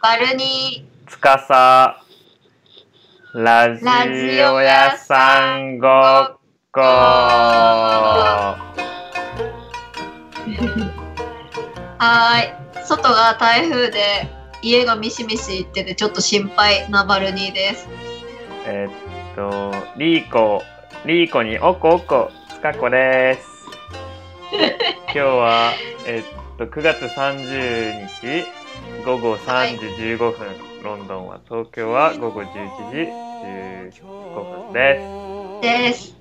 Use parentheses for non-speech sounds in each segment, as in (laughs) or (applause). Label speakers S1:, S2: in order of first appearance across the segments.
S1: バルニ
S2: つかさラジオ屋さんごっ
S1: ー
S2: こ
S1: はーい外が台風で家がミシミシいっててちょっと心配なバルニーです
S2: えっとリーコリーコにおこおこつか
S1: (laughs)
S2: こです今日はえっと9月30日午後3時15分、ロンドンは東京は午後11時15分
S1: で
S2: です
S1: す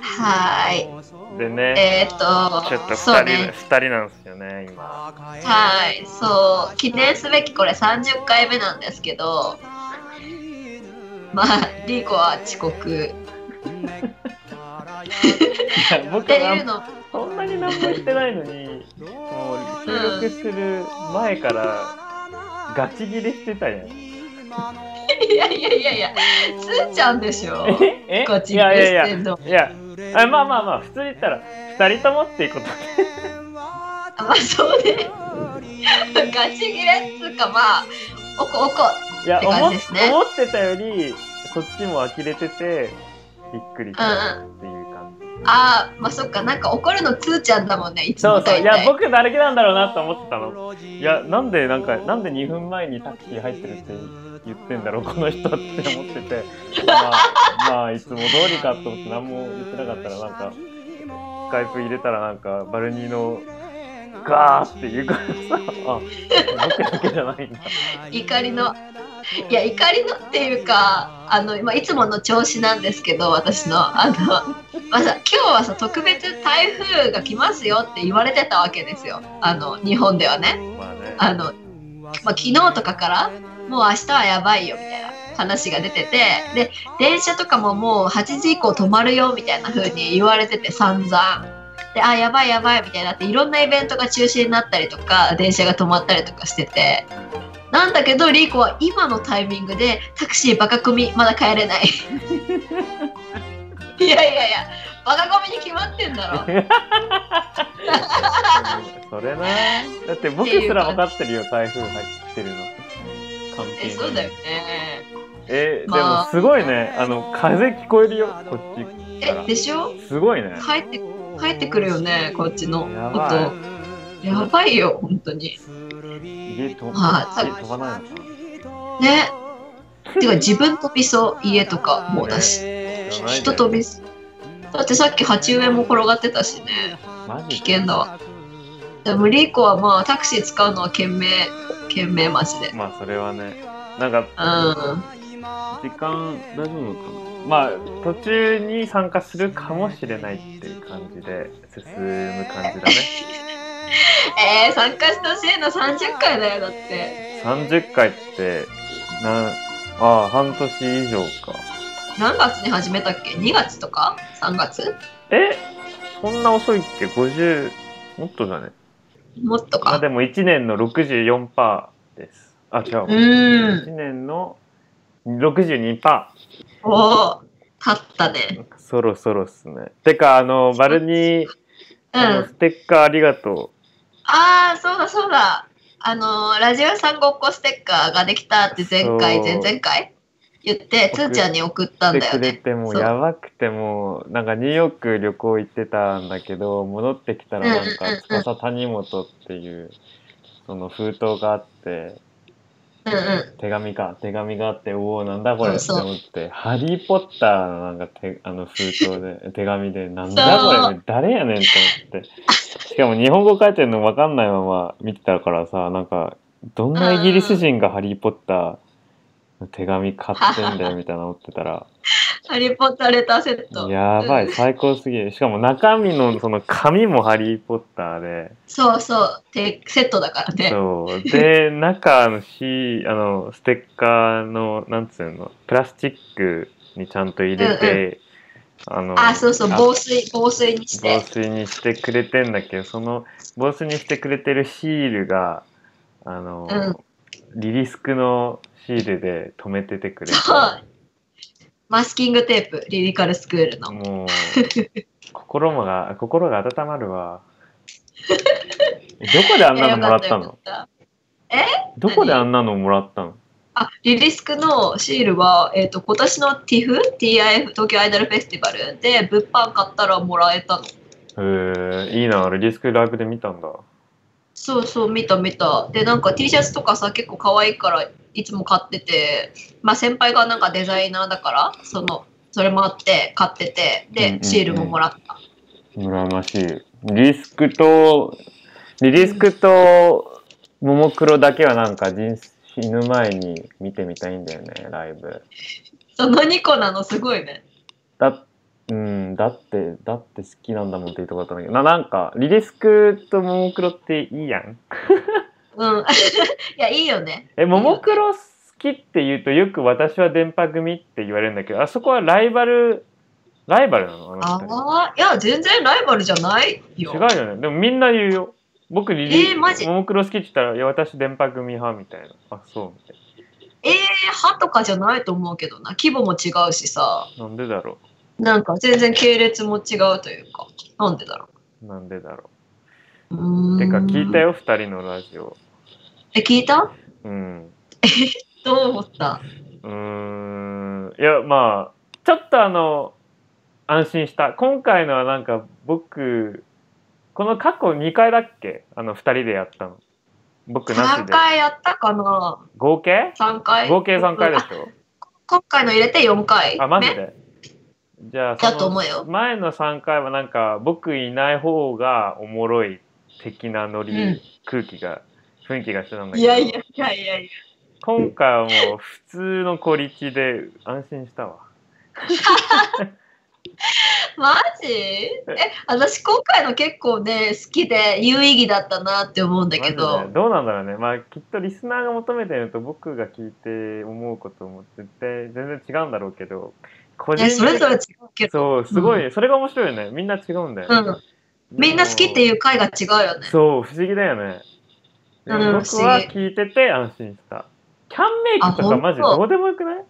S1: はーい
S2: でね、
S1: えー、っと
S2: ちょっと
S1: そう
S2: 2人,、
S1: ね
S2: 二人なんですよね、
S1: (laughs)
S2: 今。
S1: はいそう記念すべきこれ30回目なんですけどまあリーコは遅刻っ
S2: 僕
S1: ていうの
S2: そんなに何も言ってないのに、もう収録する前からガチギレしてたやん。
S1: いやいやいやいやつーちゃんでしょ
S2: え
S1: ガチ
S2: い
S1: ギレ
S2: やい
S1: して
S2: やい
S1: んの
S2: や、いやあまあまあまあ、普通に言ったら、2人ともっていうこと
S1: あまあそうねガチギレっつうかまあおこおこ
S2: いや
S1: って
S2: 思
S1: 感
S2: っ
S1: じですね
S2: 思ってたより、そっちも呆れてて、びっくりしたっていう感じ。
S1: あーまあそっかなんか怒るのつーちゃんだもんねいつ
S2: そ
S1: も
S2: うそう、
S1: 大
S2: いや、
S1: 体
S2: 僕、だらけなんだろうなと思ってたの。いや、なんで、なんか、なんで2分前にタクシー入ってるって言ってんだろう、この人って思ってて、まあ、まあ、いつも通りかと思って、何も言ってなかったら、なんか、スカイプ入れたら、なんか、バルニーの、ガーって言うからさ、あ、僕だけじゃないんだ。
S1: 怒りのいや怒りのっていうかあの、まあ、いつもの調子なんですけど私のあの、まあ、さ今日はさ特別台風が来ますよって言われてたわけですよあの日本ではね
S2: まあね。
S1: (laughs) あの、まあ、昨日とかからもう明日はやばいよみたいな話が出ててで電車とかももう8時以降止まるよみたいな風に言われてて散々。であやばいやばいみたいになっていろんなイベントが中止になったりとか電車が止まったりとかしててなんだけどリーコは今のタイミングでタクシーバカ組まだ帰れない (laughs) いやいやいやバカ組に決まってんだろ
S2: それな。だって、僕すら分かってるよ、台風入ってるの。関係
S1: え
S2: ない
S1: そうだよね
S2: えー
S1: まあ
S2: でもすごいねあの風聞こえるよこっちか
S1: え
S2: ら
S1: でしょ
S2: すごいね
S1: 帰って帰ってくるよねこっちの
S2: や
S1: こ
S2: ば
S1: とやばいよ本当に
S2: い家と
S1: まあ
S2: 家飛ばないのか
S1: ねてか自分飛びそう家とかもうだし
S2: な知らないで
S1: 人飛びそうだってさっき鉢植えも転がってたしね
S2: マ
S1: 危
S2: ジで
S1: 険だわでもリーコはまあタクシー使うのは懸命懸命マジで
S2: まあそれはねなんか
S1: うん
S2: 時間大丈夫かなまあ途中に参加するかもしれないっていう感じで進む感じだね
S1: えー、参加してほしいの30回だよだって
S2: 30回ってなんああ半年以上か
S1: 何月に始めたっけ2月とか3月
S2: えそんな遅いっけ50もっとだね
S1: もっと
S2: まあ
S1: か
S2: でも1年の64%です。あ、違う。
S1: うん
S2: 1年の62%。
S1: おお立ったね
S2: そろそろっすね。てか、あの、バルニー、
S1: う
S2: あの
S1: ん
S2: ステッカーありがと
S1: ああそうだそうだあのーラジオ屋さんごっこステッカーができたって前回
S2: そう
S1: 前々回言ってつーちゃんに送った
S2: う。
S1: ん
S2: し
S1: だ
S2: て
S1: よ
S2: くれ
S1: ね
S2: てもう
S1: そう
S2: やばくてもうなんかニューヨーク旅行行ってたんだけど戻ってきたらなん
S1: うんうんうんうん
S2: か司谷本っていうその封筒があって
S1: うんうん
S2: 手紙か手紙があっておおなんだこれって
S1: そうそう
S2: 思って「ハリー・ポッター」のなんか手あの封
S1: (laughs)
S2: 筒で手紙で「なんだこれ誰やねん」と思ってしかも日本語書いてるの分かんないまま見てたからさなんかどんなイギリス人が「ハリー・ポッター」の手紙買って
S1: (laughs)
S2: んだよみたいな思ってたら
S1: ハリーポッターレターセット
S2: やばい最高すぎるしかも中身のその紙も「ハリー・ポッターで」
S1: そうそうてセットだからね
S2: そう。で、中の C、あの、ステッカーの、なんつうの、プラスチックにちゃんと入れて、あの、
S1: あそうそう防水防水にし
S2: 防
S1: て
S2: 水にしてくれてんだけど、その防水にしてくれてるシールが、あの、リリスクのシールで留めててくれて、
S1: そうマスキングテープリリカルスクールの
S2: もう、心も
S1: (laughs)
S2: が、心が温まるわ。どこであんなのもらった
S1: いやよ
S2: の
S1: かよかった
S2: どこであんなのもらったの
S1: あ、リリスクのシールは、えっ、と、今年の TIFF、TIF、東京アイドルフェスティバルで、物販買ったらもらえたの。
S2: へえ、いいな、リリスクライブで見たんだ。
S1: そうそう、見た見た。で、なんか T シャツとかさ、結構可愛いから、いつも買ってて、まあ先輩がなんかデザイナーだから、その、それもあって買ってて、
S2: うんうん
S1: で、
S2: うん
S1: シールももらった。
S2: 羨ましい。リリスクと、リリスクと、ももクロだけはなんか人死ぬ前に見てみたいんだよね、ライブ。
S1: その2個なのすごいね。
S2: だ、うん、だって、だって好きなんだもんって言いたかったんだけど、な、なんか、リリスクとももクロっていいやん。
S1: うん。 (laughs) いや、いいよね。
S2: え、ももクロ好きって言うと、よく私は電波組って言われるんだけど、あそこはライバル、ライバルなのあ
S1: あ
S2: の二人
S1: あ、いや、全然ライバルじゃないよ。
S2: 違うよね。でもみんな言うよ。僕リリ
S1: えーマジ
S2: ももクロ好きって言ったら、いや、私電波組派みたいな。あ、そうみたい
S1: えー、歯とかじゃないと思うけどな。規模も違うしさ、
S2: な。なんでだろ
S1: なんか全然系列も違うというか、なんでだろ
S2: う。なんでだろ
S1: う。うー
S2: う。
S1: ん
S2: てか、聞いた。よ、二人のラジオ。
S1: え、聞いた
S2: うん。
S1: どう思った
S2: うーん。いや、まあ、ちょっとあの、安心した。今回のはなんか、僕、この過去2回だっけあの、二人でやったの。僕なし
S1: ?3
S2: で。
S1: 回やったかな
S2: 合計
S1: ?3 回
S2: 合計3回で
S1: う
S2: し
S1: んあ
S2: ょ。
S1: 今回の入れて4回目。
S2: あ、マジでじゃあ、
S1: だと
S2: その
S1: 思うよ。
S2: 前の3回はなんか僕いない方がおもろい的なノリ、
S1: うん
S2: 空気が雰囲気がしてたんだけど
S1: いやいやいやいやいや。
S2: 今回はもう普通の小力で安心したわ
S1: マジえ、私今回の結構ね、好きで有意義だったなって思うんだけ
S2: マジ
S1: ど
S2: で。どうなんだろうねまあきっとリスナーが求めてるのと僕が聞いて思うことも絶対全然違うんだろうけど個
S1: いや、それぞれ違うけど。
S2: そうすごい、それが面白いよねみんな違うんだよね、
S1: うん。みんな好きっていう回が違うよね。
S2: そう、不思議だよね。でも
S1: うん
S2: 僕は
S1: 不思
S2: 聞いてて安心した。キャンメイクと
S1: あ
S2: か
S1: 本当
S2: マジどうでもよくない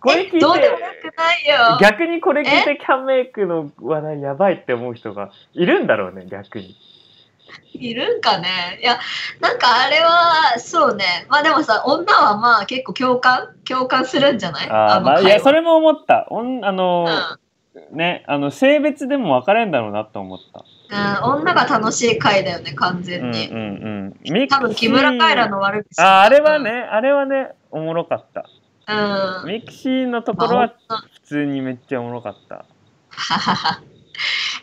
S2: これ聞いて
S1: え、どうでもよくないよ。
S2: 逆にこれ聞いてキャンメイクの話題やばいって思う人がいるんだろうね、逆に。
S1: いるんかねいやなんかあれはそうねまあでもさ女はまあ結構共感共感するんじゃないの
S2: まあ、いや、
S1: 会話
S2: それも思った。おんあの
S1: うん、
S2: ね、あの、性別でも分かれんだろうなと思った。
S1: うん、女が楽しい回だよね完
S2: うんう
S1: 全
S2: ん
S1: に、
S2: うん。ミ
S1: 多分木村カエラ
S2: の。
S1: の悪口
S2: あ、あれはね、あれはね、おもろかった。
S1: うん (laughs)
S2: ミクシーのところは普通にめっちゃおもろかった。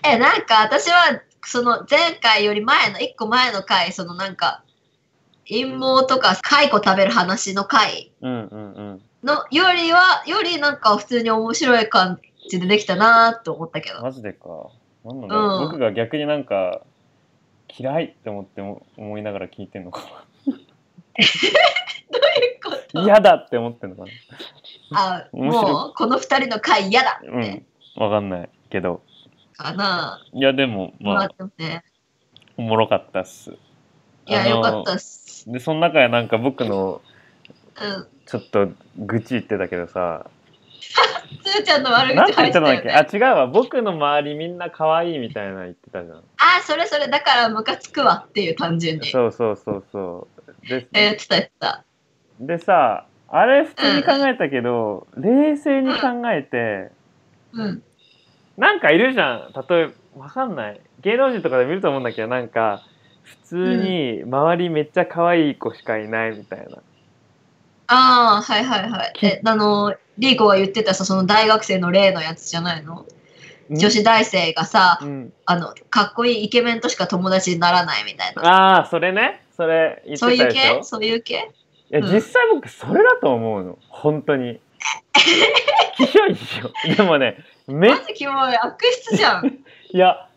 S1: えなんか私はその前回より前の1個前の回そのなんか陰謀とか蚕食べる話の回
S2: うんうんうん。
S1: のよりはよりなんか普通に面白い感じでできたなーって思ったけど
S2: マジでか。なんなんだろう、
S1: うん
S2: 僕が逆になんか嫌いって思っても思いながら聞いてんのか
S1: (laughs)
S2: な。嫌だって思ってんのか
S1: あ
S2: 面白い
S1: もうこの2人の回嫌だ
S2: な。うん。わかんないけど。
S1: かな、
S2: いやでも
S1: ま
S2: ま
S1: あ
S2: あ
S1: でもね
S2: おもろかったっす。
S1: いや
S2: あの
S1: よかったっす
S2: でその中でなんか僕の
S1: うん
S2: ちょっと愚痴言ってたけどさ、
S1: つーちゃんの悪
S2: なん
S1: 口
S2: て
S1: 入
S2: 言っ
S1: って
S2: たん
S1: た
S2: だっ
S1: よ、
S2: け
S1: ね、
S2: あ違うわ僕の周りみんな可愛いみたいな言ってたじゃん
S1: あそれそれだからムカつくわっていう単純に
S2: そうそうそうそうで,、
S1: えー、つた言ってた
S2: でさあれ普通に考えたけど、冷静に考えて、
S1: うん
S2: なんかいるじゃん例えばわかんない芸能人とかで見ると思うんだけどなんか普通に周りめっちゃ可愛い子しかいないみたいな、
S1: ああはいはいはいえあのリーコが言ってたさその大学生の例のやつじゃないの女子大生がさ
S2: うん、
S1: あのかっこいいイケメンとしか友達にならないみたいな
S2: ああそれねそれ言っ
S1: そう
S2: て
S1: い
S2: た
S1: う
S2: でしょ
S1: 系そういう系
S2: いや
S1: うん
S2: 実際僕それだと思うの本当にひどいでしょでもねめ
S1: マジキモい悪質じゃん (laughs)
S2: いや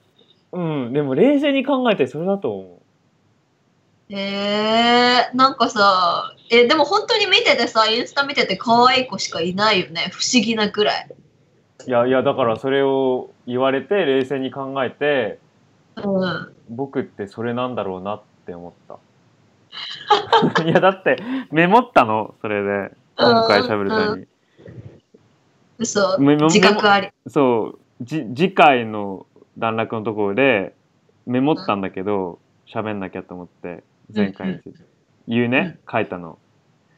S2: うんでも冷静に考えてそれだと思う
S1: えー、なんかさ、え、でも本当に見ててさ、インスタ見てて可愛い子しかいないよね。不思議なくらい。
S2: いやいやだからそれを言われて冷静に考えて
S1: うん。
S2: 僕ってそれなんだろうなって思った (laughs) いやだってメモったのそれで今回喋るた
S1: うん。
S2: め
S1: 嘘。
S2: にメモ
S1: 自覚あり。
S2: そうじ次回の段落のところでメモったんだけど喋んなきゃと思って前回について言うね、書いたの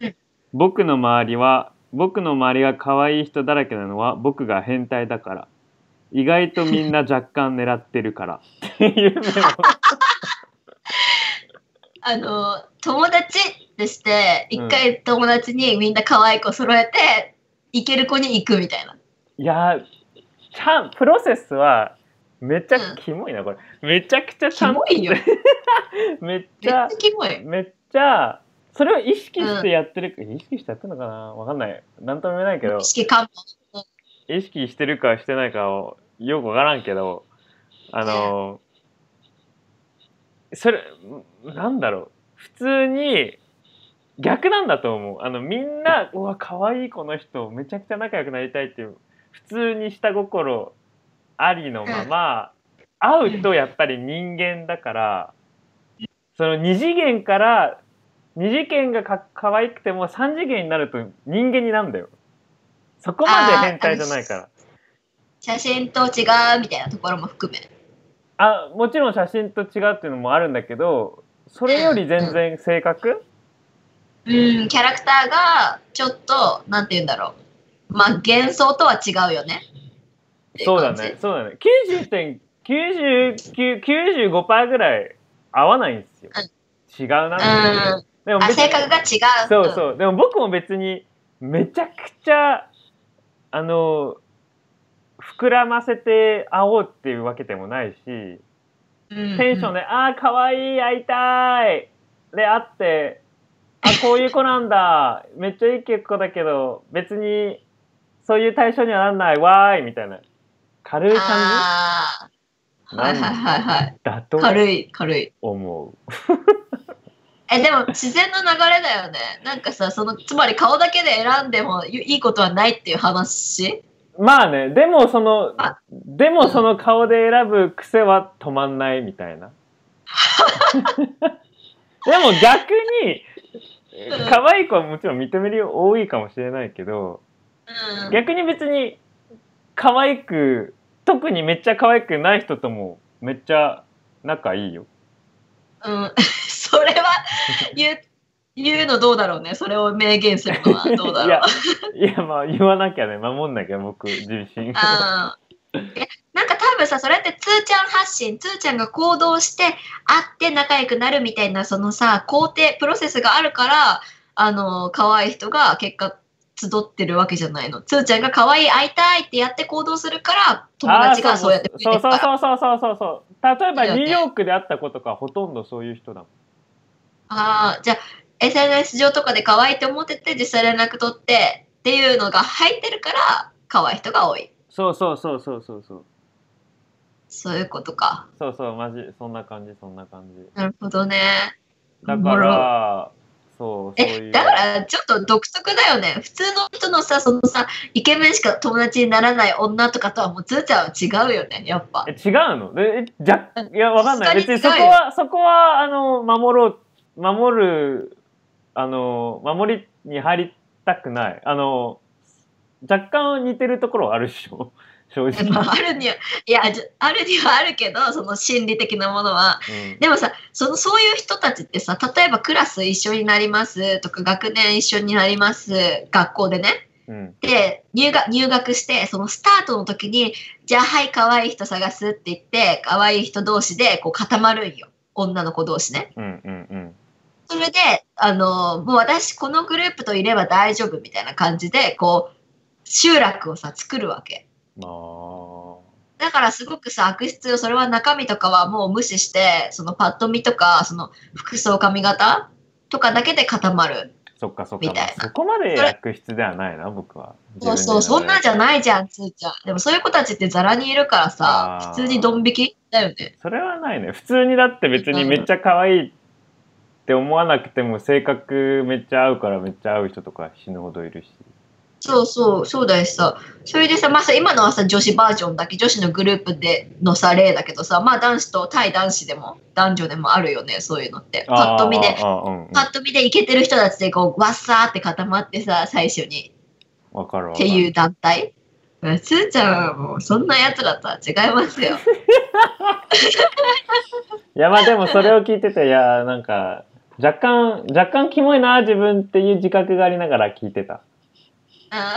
S1: うん。
S2: 僕の周りは、僕の周りが可愛い人だらけなのは僕が変態だから。意外とみんな若干狙ってるから。っていうメモ。
S1: あの友達ってして一回友達にみんな可愛い子揃えて行ける子に行くみたいない
S2: やー、ちゃん、プロセスは、めちゃ
S1: うん
S2: キモいな、これ。めちゃくちゃち
S1: キ
S2: ゃん
S1: モいよ
S2: めっ
S1: めっ
S2: ち
S1: ち
S2: ゃ
S1: ゃ、キモい
S2: めっちゃ、それを意識してやってる、意識してやってるのかなわかんない。なんとも言えないけど
S1: 意、識感
S2: 意識してるかしてないかをよくわからんけど、あのー、それ、んなんだろう。普通に、逆なんだと思う。あの、みんな、うわ、可愛いこの人、めちゃくちゃ仲良くなりたいっていう、普通に下心ありのまま、会うとやっぱり人間だから、その二次元から、二次元がか可愛くても三次元になると人間になるんだよ。そこまで変態じゃないから。
S1: 写真と違うみたいなところも含め
S2: あもちろん写真と違うっていうのもあるんだけどそれより全然性格
S1: うんキャラクターがちょっとなんて言うんだろうまあ幻想とは違うよね
S2: そうだねそうだね90点95%ぐらい合わないんですよ違う
S1: う
S2: なって
S1: ん
S2: でも
S1: あ
S2: 別に
S1: 性格が違う
S2: そう
S1: う
S2: そうでも僕も別にめちゃくちゃあの膨らませて会おうっていうわけでもないし
S1: ん
S2: テンションで、ああ、かわいい、会いたい。で、会って、あ、こういう子なんだ。 (laughs) めっちゃいい子だけど、別に、そういう対象にはなんない。わーい、みたいな。軽い感
S1: ああーはいはいはいはい
S2: じだと
S1: 軽い軽い
S2: 思う。
S1: えでも自然の流れだよねなんかさそのつまり顔だけで選んでもいいいことはないっていう話
S2: まあね、でもその
S1: あ、
S2: でもその顔で選ぶ癖は止まんないみた
S1: (laughs)
S2: いな。でも逆に
S1: うん、
S2: 可愛い子はもちろん認めるよ多いかもしれないけど、
S1: うん
S2: 逆に別に可愛く特にめっちゃ可愛くない人ともめっちゃ仲いいよ
S1: うん、 (laughs) それは言う言うのどうだろうねそれを明言するのはどうだ
S2: い
S1: ろう
S2: やいやまあ言わなきゃね守んなきゃ僕自身を
S1: うんえなんか多分さそれってつーちゃん発信つーちゃんが行動して会って仲良くなるみたいなそのさ工程プロセスがあるからあの可愛い人が結果集ってるわけじゃないのつーちゃんが可愛い会いたいってやって行動するから友達
S2: あ
S1: が
S2: ー
S1: そうやって増えて
S2: そう
S1: るか
S2: そう
S1: ら
S2: そうそうそうそうそう例えば
S1: だよね
S2: ニューヨークで会った子とかほとんどそういう人だもん
S1: ああ、じゃあ SNS 上とかで可愛いと思ってて実際連絡取ってっていうのが入ってるから可愛い人が多い。
S2: そうそうそうそうそうそう
S1: そういうことか。
S2: そうそうマジそんな感じそんな感じ
S1: なるほどね。
S2: だ
S1: お
S2: か
S1: も
S2: らそうそうい
S1: え、
S2: う
S1: だからちょっと独特だよね。普通の人のさ、そのさ、イケメンしか友達にならない女とかとはもうつーちゃんは違うよね、やっぱ
S2: え。違うのでえじゃいやわかんない別
S1: 人に違う
S2: にそこはそこはあの守ろう守るあの守りに入りたくないあの若干似てるところはあるでしょ (laughs) 正
S1: え
S2: 直、
S1: まあ、あるには、いや、じゃあるにはあるけど、その心理的なものは。
S2: うん
S1: でもさそのそういう人たちってさ例えばクラス一緒になりますとか学年一緒になります学校でね
S2: うん、
S1: で入学入学してそのスタートの時に「じゃあはい可愛い人探す」って言って可愛い人同士でこう固まるんよ女の子同士ね。
S2: うんうんうん
S1: それであのもう私このグループといれば大丈夫みたいな感じでこう集落をさ作るわけ。
S2: まあ
S1: だからすごくさ悪質よそれは中身とかはもう無視してそのパッと見とかその服装髪型とかだけで固まる
S2: そっかそっか、
S1: みたいな
S2: まあそこまで悪質ではないな僕は
S1: そうそうそんなんじゃ
S2: い
S1: ないじゃんつーちゃんでもそういう子たちってザラにいるからさ
S2: あー
S1: 普通にドン引きだよね
S2: それはないね普通にだって別にめっちゃ可愛いって思わなくても性格めっちゃ合うからめっちゃ合う人とか死ぬほどいるし
S1: そうそう、そうだしさ、それでさ、まあ、さ今のはさ、女子バージョンだけ、女子のグループでのさ、例だけどさ、まあ、男子と対男子でも、男女でもあるよね、そういうのって。パッと見で、
S2: あー、うんうん
S1: パッと見でいけてる人たちで、こう、わっさーって固まってさ、最初に、
S2: わかるわ
S1: っ
S2: か
S1: て
S2: る。
S1: いう団体。うんつーちゃんはもう、そんなやつらとは違いますよ。
S2: いやまあでもそれを聞いてていやなんか若干、若干キモいな、自分っていう自覚がありながら聞いてた。
S1: あ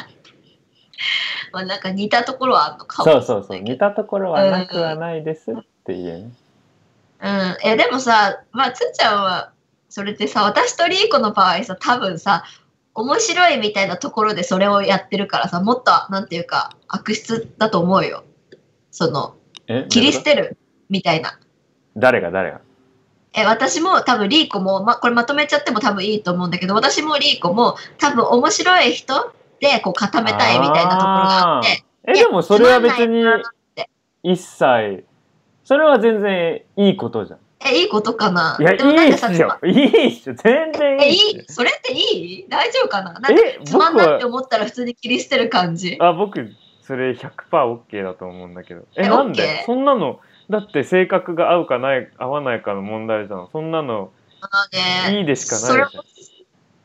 S1: ー (laughs) まあなんか似たところはあるのかも
S2: そうそうそう。似たところはなくはないですっていうね。
S1: うん、えでもさ、まあ、つーちゃんはそれでさ私とリーコの場合さ多分さ面白いみたいなところでそれをやってるからさもっとなんていうか悪質だと思うよその
S2: え
S1: 切り捨てるみたいな
S2: 誰が誰が
S1: え私も多分リーコも、ま、これまとめちゃっても多分いいと思うんだけど私もリーコも多分面白い人でこう固めたいみたいなところがあって
S2: え、
S1: いや
S2: でもそれは別に
S1: つまんないなって
S2: 一切、それは全然いいことじゃん。
S1: えいいことかない
S2: や、
S1: でもないん
S2: いっ
S1: かさ
S2: すよ。いいっすよ。全然
S1: え
S2: い
S1: い
S2: いっすよ
S1: いそれっていい大丈夫かななんか
S2: え、
S1: つまん
S2: 僕
S1: ないって
S2: は、
S1: 思ったら普通に切り捨てる感じ。
S2: あ、僕、それ 100%OK だと思うんだけど。え、
S1: え
S2: なんで
S1: OK？
S2: そんなの、だって性格が合うかない、合わないかの問題じゃん。そんなの、
S1: まあね
S2: いいでしか
S1: そ
S2: な
S1: れ
S2: い
S1: も
S2: じゃん。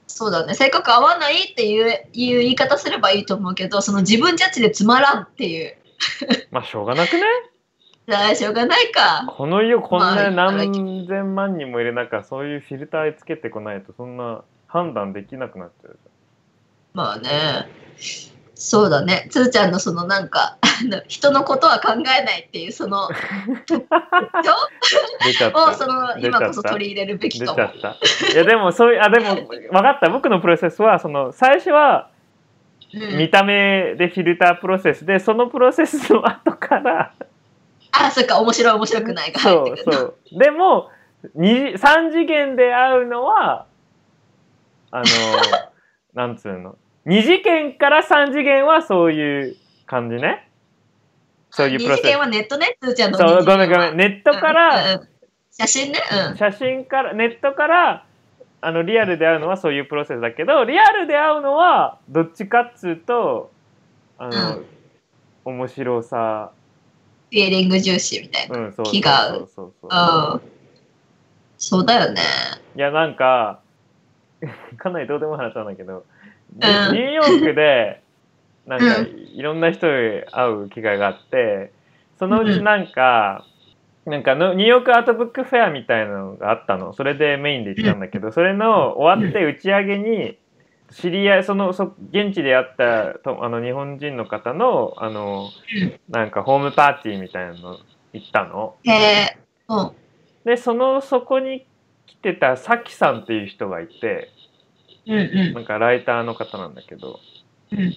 S1: そうだね。性格合わないっていういう言い方すればいいと思うけど、その自分ジャッジでつまらんっていう。
S2: まあ、しょうがなくね
S1: じゃあしょうがないか。
S2: この世こん
S1: まあ
S2: ない
S1: いから
S2: 何千万人もいる中そういうフィルターつけてこないとそんな判断できなくなっちゃう
S1: まあね。そうだね。つーちゃんのそのなんか、あの人のことは考えないっていう、その、
S2: (laughs) じゃん出ちゃっ
S1: を
S2: た
S1: その
S2: 出ちゃっ
S1: 今
S2: た
S1: こそ取り入れるべき
S2: 出ち
S1: か
S2: ゃ
S1: も。
S2: ったいやでもそういうあでも分かった僕のプロセスはその最初は
S1: うん
S2: 見た目でフィルタープロセスでそのプロセスの後から
S1: あ、そっか、面白い面白くないが入っ
S2: そ
S1: て
S2: う
S1: くる。
S2: そうでも3次元で会うのはあの (laughs) なんつうの2次元から3次元はそういう感じねそういう
S1: 二
S2: プロ
S1: 次
S2: セス
S1: 元はネットね、つーちゃんの二次元
S2: そ
S1: は。
S2: うごめんごめん
S1: ネッ
S2: ネットから
S1: 写真ね。うん。
S2: 写真からネットからあのリアルで会うのはそういうプロセスだけどリアルで会うのはどっちかっつうとあの、
S1: う
S2: 面白さ、
S1: フィーリング重視みたいな。
S2: うん、そうそう
S1: 気が合
S2: そうそうそう
S1: うん。そうだよね。
S2: いやなんか (laughs) かなりどうでもいい話なんだけど、ニ
S1: うん
S2: ューヨークでなんか
S1: う
S2: いろんな人に会う機会があってそのう
S1: う
S2: ち
S1: ん
S2: なんか、なんかのニューヨークアートブックフェアみたいなのがあったのそれでメインで行ったんだけどそれの終わって打ち上げに知り合いそのそ現地で会ったとあの日本人の方のあの
S1: うん
S2: なんかホームパーティーみたいなの行ったの。
S1: へえ。うん。
S2: でそのそこに来てたさきさんっていう人がいて
S1: うんう
S2: なんかライターの方なんだけど、
S1: うん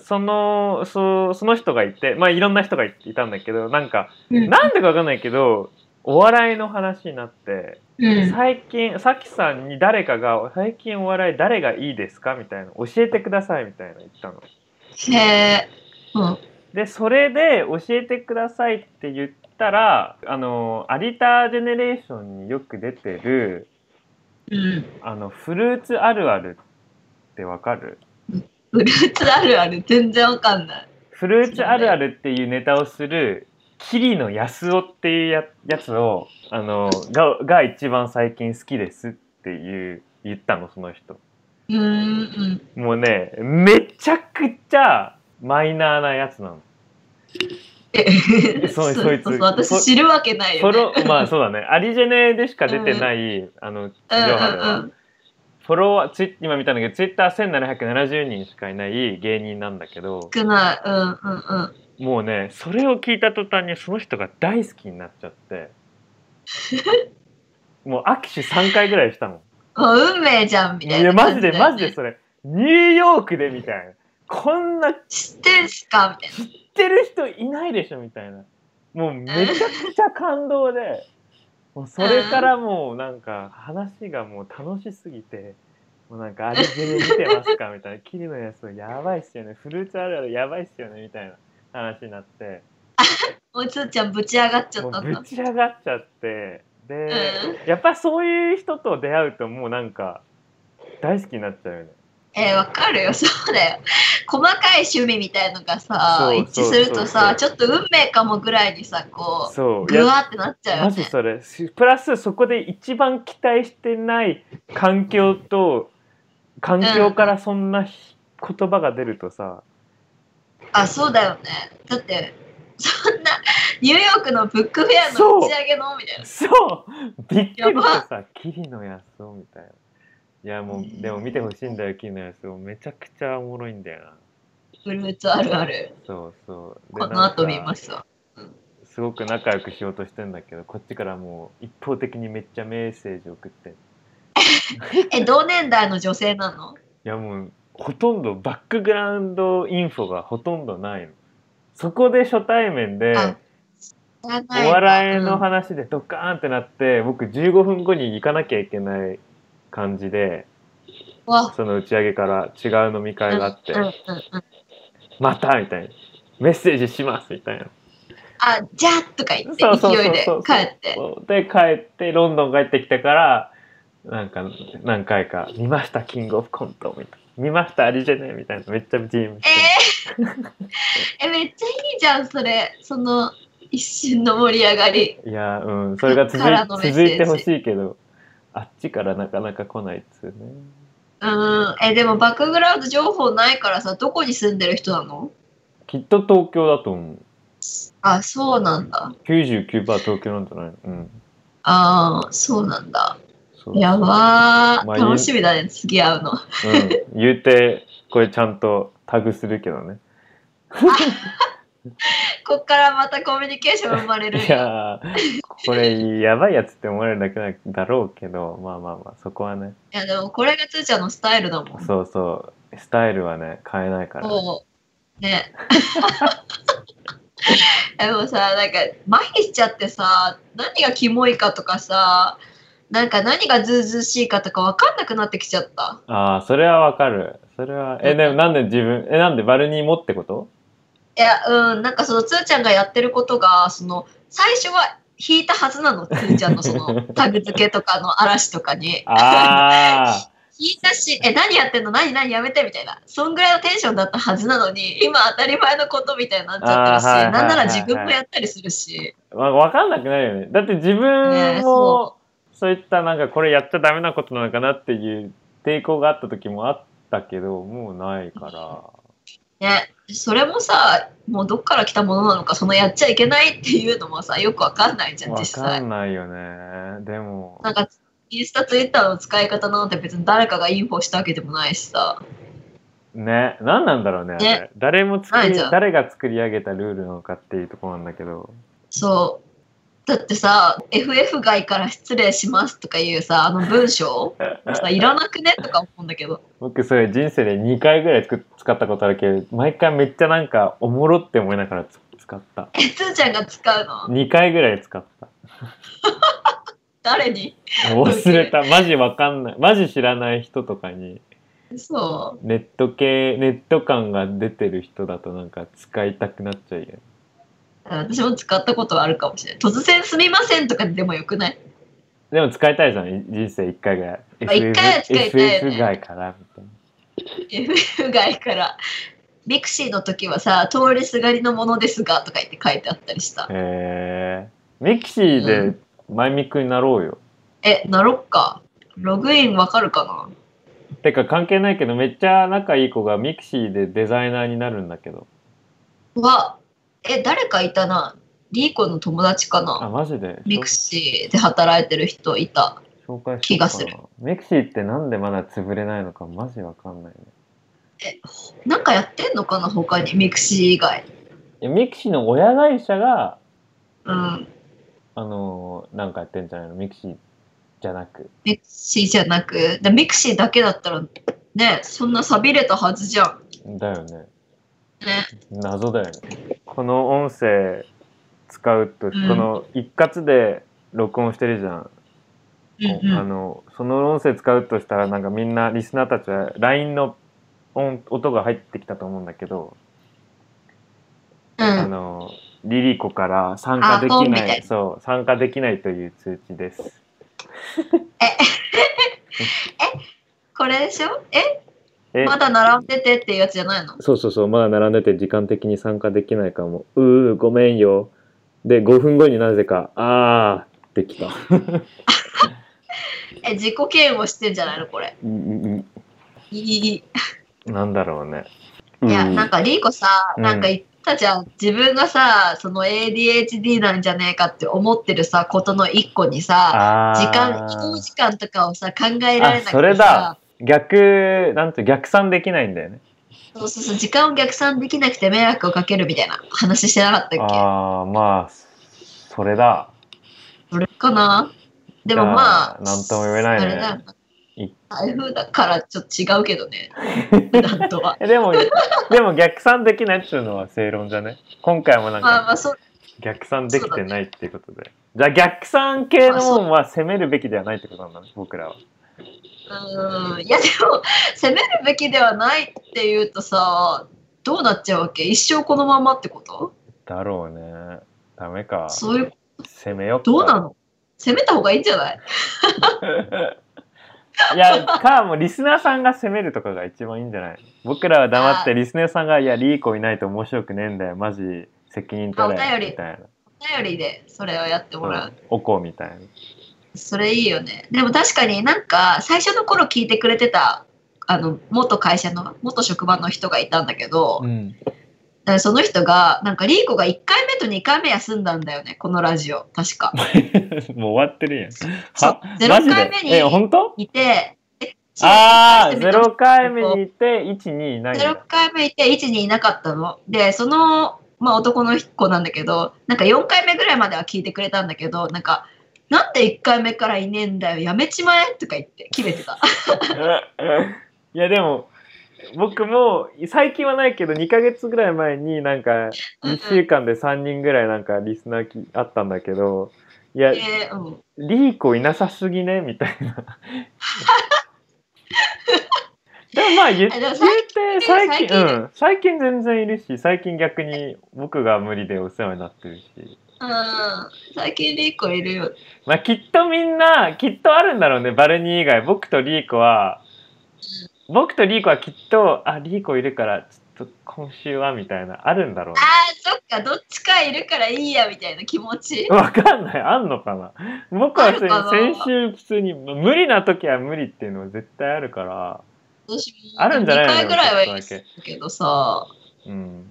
S2: そのそその人がいてまあいろんな人がいいたんだけどなんか、
S1: ん。うん
S2: なんでかわかんないけどお笑いの話になって、
S1: うん。
S2: 最近さきさんに誰かが「最近お笑い誰がいいですか?」みたいな「教えてください」みたいな言ったの。
S1: へえ。うん。
S2: でそれで教えてくださいって言ったらあのアリタージェネレーションによく出てる
S1: うん。
S2: あのフルーツあるあるってわかる
S1: フルーツあるある全然わかんない。
S2: フルーツあるあるっていうネタをする桐野安夫っていうややつをあのがが一番最近好きですっていう言ったのその人
S1: うーん。
S2: もうねめちゃくちゃマイナーなやつな
S1: う
S2: の
S1: ん。
S2: そうそいつ
S1: う私知るわけない
S2: フ
S1: よ、
S2: ォ
S1: ね。
S2: ロまあそうだねアリジェネでしか出てない、あの地
S1: うん
S2: 上波では、
S1: うんうん。
S2: フォロワーツイ今見たんだけどツイッター1770人しかいない芸人なんだけど
S1: 少ない。うんうんうん。
S2: もうねそれを聞いた途端にその人が大好きになっちゃって
S1: (laughs)
S2: もう握手3回ぐらいしたもん
S1: もう運命じゃんみ
S2: い
S1: たいな
S2: やマジでマジ
S1: で
S2: でそれニューヨークでみたいなこんな知っ
S1: 知ってんすかみたいな。
S2: てる人いないでしょみたいなもうめちゃくちゃ感動でもうそれからもうなんか話がもう楽しすぎてもうなんか「アリジェネ見てますか?」みたいな「キリのやつやばいっすよねフルーツあるあるやばいっすよね」みたいな話になって。
S1: もうつーちゃんぶち上がっちゃ
S2: も
S1: った
S2: うんぶ
S1: だ。
S2: ち上がっちゃってで、やっぱそういう人と出会うともうなんか大好きになっちゃうよね
S1: えー、わかるよ、 (laughs) そうだよ。細かい趣味みたいのがさ、
S2: そう
S1: 一致するとさ、ち
S2: そ
S1: ょっと運命かもぐらいにさ、こ、
S2: そううい
S1: ぐ
S2: や
S1: わってなっちゃう
S2: マ
S1: よ
S2: ジ
S1: ね。
S2: それしプラスそこで一番期待してない環境と環境からそんなひ (laughs) 言葉が出るとさ、
S1: あ、そうだよね。だって、そんな、ニューヨークのブックフェアの打ち上げのみたいな。
S2: そうびっくりして
S1: やば
S2: さ、キリのやつをみたいな。いやもう、でも見てほしいんだよ、キリのやつを。めちゃくちゃおもろいんだよな。
S1: フルーツあるある。
S2: そうそう。で
S1: この後見
S2: なんか
S1: ますわ。
S2: すごく仲良くしようとしてんだけど、こっちからもう一方的にめっちゃメッセージ送って。い
S1: え、同年代の女性なの
S2: やもう、ほとんどバックグラウンドインフォがほとんどないの。そこで初対面で、
S1: あお
S2: お笑いの話でドカーンってなって、僕15分後に行かなきゃいけない感じで、
S1: わ
S2: その打ち上げから違う飲み会があって
S1: うんうんうん、
S2: 「また!」みたいな「メッセージします!」みたいな
S1: あ、じゃあとか言って
S2: そうそうそうそう
S1: 勢いで帰って。
S2: で帰ってロンドン帰ってきたからなんか何回か「見ましたキングオブコント」みたいな「見ましたあれじゃねみたいなめっちゃ DM してる
S1: えーえ、めっちゃいいじゃん、それ。その一瞬の盛り上がり。
S2: いやうんそれが続い
S1: からのメッセ
S2: 続
S1: ージ
S2: いてほしいけどあっちからなかなか来ないっつうね
S1: うん。え、でもバックグラウンド情報ないからさ、どこに住んでる人なの
S2: きっと東京だと思う
S1: あ、そうなんだ。
S2: 99%東京なんじゃないのうん
S1: ああ、そうなんだ。
S2: そう
S1: やば
S2: まあ
S1: ー。楽しみだね、次会うの。 (laughs)
S2: うん、言うてこれちゃんとタグするけどね
S1: こっからまたコミュニケーション生まれるん
S2: い
S1: や。
S2: やーこれやばいやつって思われるだけなだろうけどまあまあまあそこはね
S1: いや、でもこれがつーちゃんのスタイルだもん。
S2: そうそうスタイルはね変えないから、
S1: もう、ね。 (laughs) でもさ、なんか、麻痺しちゃってさ、何がキモいかとかさ、なんか何がずうずうしいかとか分かんなくなってきちゃった。
S2: ああそれはわかるそれはえでもなんで自分えなんでバルニーもっ
S1: (laughs)
S2: てこと
S1: いや、うん、なんかそのつーちゃんがやってることが、その、最初は引いたはずなの、つーちゃんのそ
S2: (laughs)
S1: の、タグ付けとかの嵐とかに。
S2: ああ
S1: 聞いたし、え、何やってんの何何やめてみたいな。そんぐらいのテンションだったはずなのに、今当たり前のことみたいになっちゃってるし、
S2: あーはいはいはい
S1: な
S2: はい
S1: んなら自分もやったりするし。
S2: わわかんなくなるよねだって自
S1: ね
S2: 分も
S1: そ
S2: そういったなんかこれやっちゃダメなことなのかなっていう抵抗があった時もあったけどもうないから。
S1: ね、それもさ、もうどっから来たものなのか、そのやっちゃいけないっていうのもさ、よくわかんないじゃん、
S2: わ
S1: 実
S2: か
S1: 際。
S2: んないよね。でも、
S1: なんか、インスタ、ツイッターの使い方なんて別に誰かがインフォしたわけでもないしさ。
S2: ね、何なんだろうね。あれ
S1: ね
S2: 誰も作
S1: ない
S2: り、
S1: じゃん
S2: 誰が作り上げたルールなのかっていうところなんだけど。
S1: そう。だってさ、FF 外から失礼しますとかいうさ、あの文章さ、いらなくねとか思うんだけど。
S2: 僕、それ人生で2回ぐらいつく使ったことあるけど、毎回めっちゃなんか、おもろって思いながらつ使った。
S1: え、つーちゃんが使うの
S2: 2回ぐらい使った。
S1: 誰に
S2: 忘
S1: (laughs)
S2: れた。マジわかんない。マジ知らない人とかに、
S1: そう。
S2: ネット系、ネット感が出てる人だとなんか使いたくなっちゃうよね。
S1: 私も使ったことはあるかもしれない。突然すみませんとかでもよくない
S2: でも使いたいじゃん、い人生1回ぐらい。
S1: まあ一回は使いたいよね
S2: FF 外からみたいな。
S1: ?FF 外から。ミクシーの時はさ、通りすがりのものですがとか言って書いてあったりした。
S2: へえミキシーでマイミクになろうよ、
S1: え、なろっか。ログインわかるか
S2: てか関係ないけどめっちゃ仲いい子がミキシーでデザイナーになるんだけど
S1: なは、え、誰かいたな。リーコの友達か
S2: あ
S1: な。
S2: マジで
S1: ミクシーで働いてる人いた。
S2: 紹介し
S1: 気
S2: よう
S1: が
S2: か
S1: する
S2: なミキシーってなんでまだ潰れないのかマジわかんないね
S1: なんかやってんのかな他に。ミクシー以外。
S2: いやミキシーの親会社が
S1: うん。
S2: あのーなんかやってんじゃないのミキシーじゃなく
S1: ミクシーじゃなく。でミクシーだけだったら、ね、そんな寂れたはずじゃん。
S2: だよね
S1: ね
S2: 謎だよねこの音声使うと、
S1: ん
S2: この一括で録音してるじゃんこう
S1: うんうん
S2: あのその音声使うとしたらなんかみんなリスナーたちは LINE の音音が入ってきたと思うんだけど、あ
S1: うん、
S2: のリリコから参加で
S1: あポ
S2: き
S1: ンみ
S2: な
S1: たい
S2: いそう参加できないという通知です
S1: これでしょえ
S2: え
S1: まだ並んでてっていうやつじゃないの
S2: そうそうそうまだ並んでて時間的に参加できないかもうーごめんよで5分後になぜかあーってきた
S1: え自己嫌悪してんじゃないのこれいいいい
S2: なんだろうね
S1: いやなん
S2: か
S1: かリーコさ、
S2: うん
S1: なんか言ったちは自分がさその ADHD なんじゃねえかって思ってるさことの一個にさ
S2: あー
S1: 時間移動時間とかをさ考えられなくてさ
S2: あそれだ逆なんて逆算できないんだよね
S1: そうそうそう時間を逆算できなくて迷惑をかけるみたいな話してなかったっけ
S2: ああまあそれだ
S1: それかなでも
S2: いやー
S1: まあ
S2: なんとも言えない
S1: あ
S2: ね
S1: れだよ
S2: い
S1: 台風だからちょっと違うけど
S2: (laughs)
S1: ねなんとは
S2: えでもでも逆算できないっていうのは正論じゃね今回もなん
S1: まあま
S2: か
S1: あそう
S2: 逆算できてないっていうことで、じゃあ逆算系のもんは攻めるべきではないってことなんだね僕らは
S1: うんいやでも責めるべきではないっていうとさどうなっちゃうわけ一生このままってこと
S2: だろうねダメか
S1: そういう
S2: 攻めよっか
S1: どうなの責めた方がいいんじゃない
S2: いやかもうリスナーさんが攻めるとかが一番いいんじゃない僕らは黙ってリスナーさんが「いやリーコいないと面白くねえんだよマジ責任取
S1: あお便
S2: れ」
S1: り
S2: みたいな
S1: お便りでそれをやってもらう、
S2: おこみたいな
S1: それいいよねでも確かになんか最初の頃聞いてくれてたあの元会社の元職場の人がいたんだけど、
S2: ん
S1: だからその人がなんかリーコが1回目と2回目休んだんだよねこのラジオ確
S2: (laughs)
S1: か
S2: もう終わってるやん
S1: そう
S2: は
S1: 0
S2: (laughs) マジ
S1: 回目
S2: でえ
S1: に
S2: 本当
S1: いて
S2: ああ
S1: ゼロ
S2: 0回目にいて12いないんだ
S1: 0回目いて1にいなかったのでその、まあ、男の子なんだけどなんか4回目ぐらいまでは聞いてくれたんだけどなんか「なんで1回目からいねえんだよやめちまえ」とか言って切れてた
S2: (laughs) いやでも僕も最近はないけど2ヶ月ぐらい前になんか1週間で3人ぐらいなんかリスナーきあったんだけどいや
S1: で、うん、
S2: リーコいなさすぎねみたいな。
S1: (laughs)
S2: でもまあ言っ
S1: え
S2: 言
S1: でも
S2: う
S1: 最近
S2: て最
S1: 最
S2: 近、
S1: 近ね
S2: うん、最近全然いるし最近逆に僕が無理でお世話になってるし、
S1: うん最近リーコいるよ
S2: まあ、きっとみんなきっとあるんだろうねバルニー以外僕とリーコは僕とリーコはきっとあリーコいるからちょっと今週はみたいなあるんだろうね
S1: あーそっかどっちかいるからいいやみたいな気持ち
S2: わかんない。あんのかな僕は普通に
S1: あるかな
S2: 先週普通に無理な時は無理っていうのは絶対あるから。
S1: 私
S2: あるんじゃないの
S1: 2回ぐらいはいる
S2: ちょっと
S1: けどさ
S2: うん。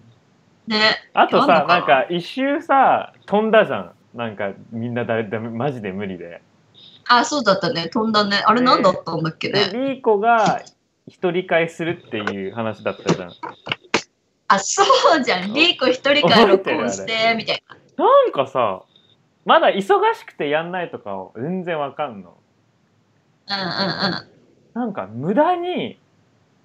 S1: ね
S2: あと
S1: あん
S2: さ
S1: のか
S2: な
S1: なん
S2: か一周さ飛んだじゃんなんかみんな誰だマジで無理で
S1: あそうだったね飛んだねあれ
S2: ね
S1: 何だったんだっけ
S2: で
S1: ね
S2: リーコが一人会するっていう話だったじゃん
S1: あそうじゃんリーコ一人から録音し
S2: 覚えて
S1: てみたいな
S2: なんかさまだ忙しくてやんないとかを全然わかんの
S1: うんうんうん
S2: なんか無駄に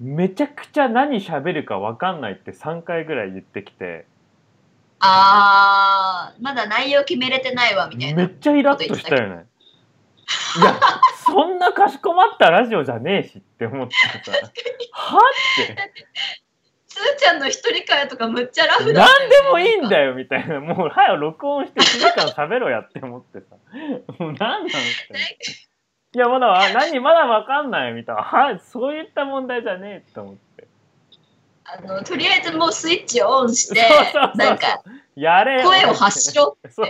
S2: めちゃくちゃ何喋るかわかんないって3回ぐらい言ってきて
S1: あーまだ内容決めれてないわみたい
S2: め
S1: な
S2: っちゃイラッとしたよねいやそんなかしこまったラジオじゃねえしって思ってさはって
S1: つーちゃんの一人会とかむっちゃラフだ
S2: 何でもいいん
S1: よ
S2: だよみたいなもう早く録音して1時間喋ろうやって思ってさもう何なんすかいやまだわ何まだわかんないみたいなはそういった問題じゃねえと思って
S1: あのとりあえずもうスイッチをオンして
S2: そうそうそう
S1: なんか
S2: やれ
S1: 声を発しろ
S2: そうそう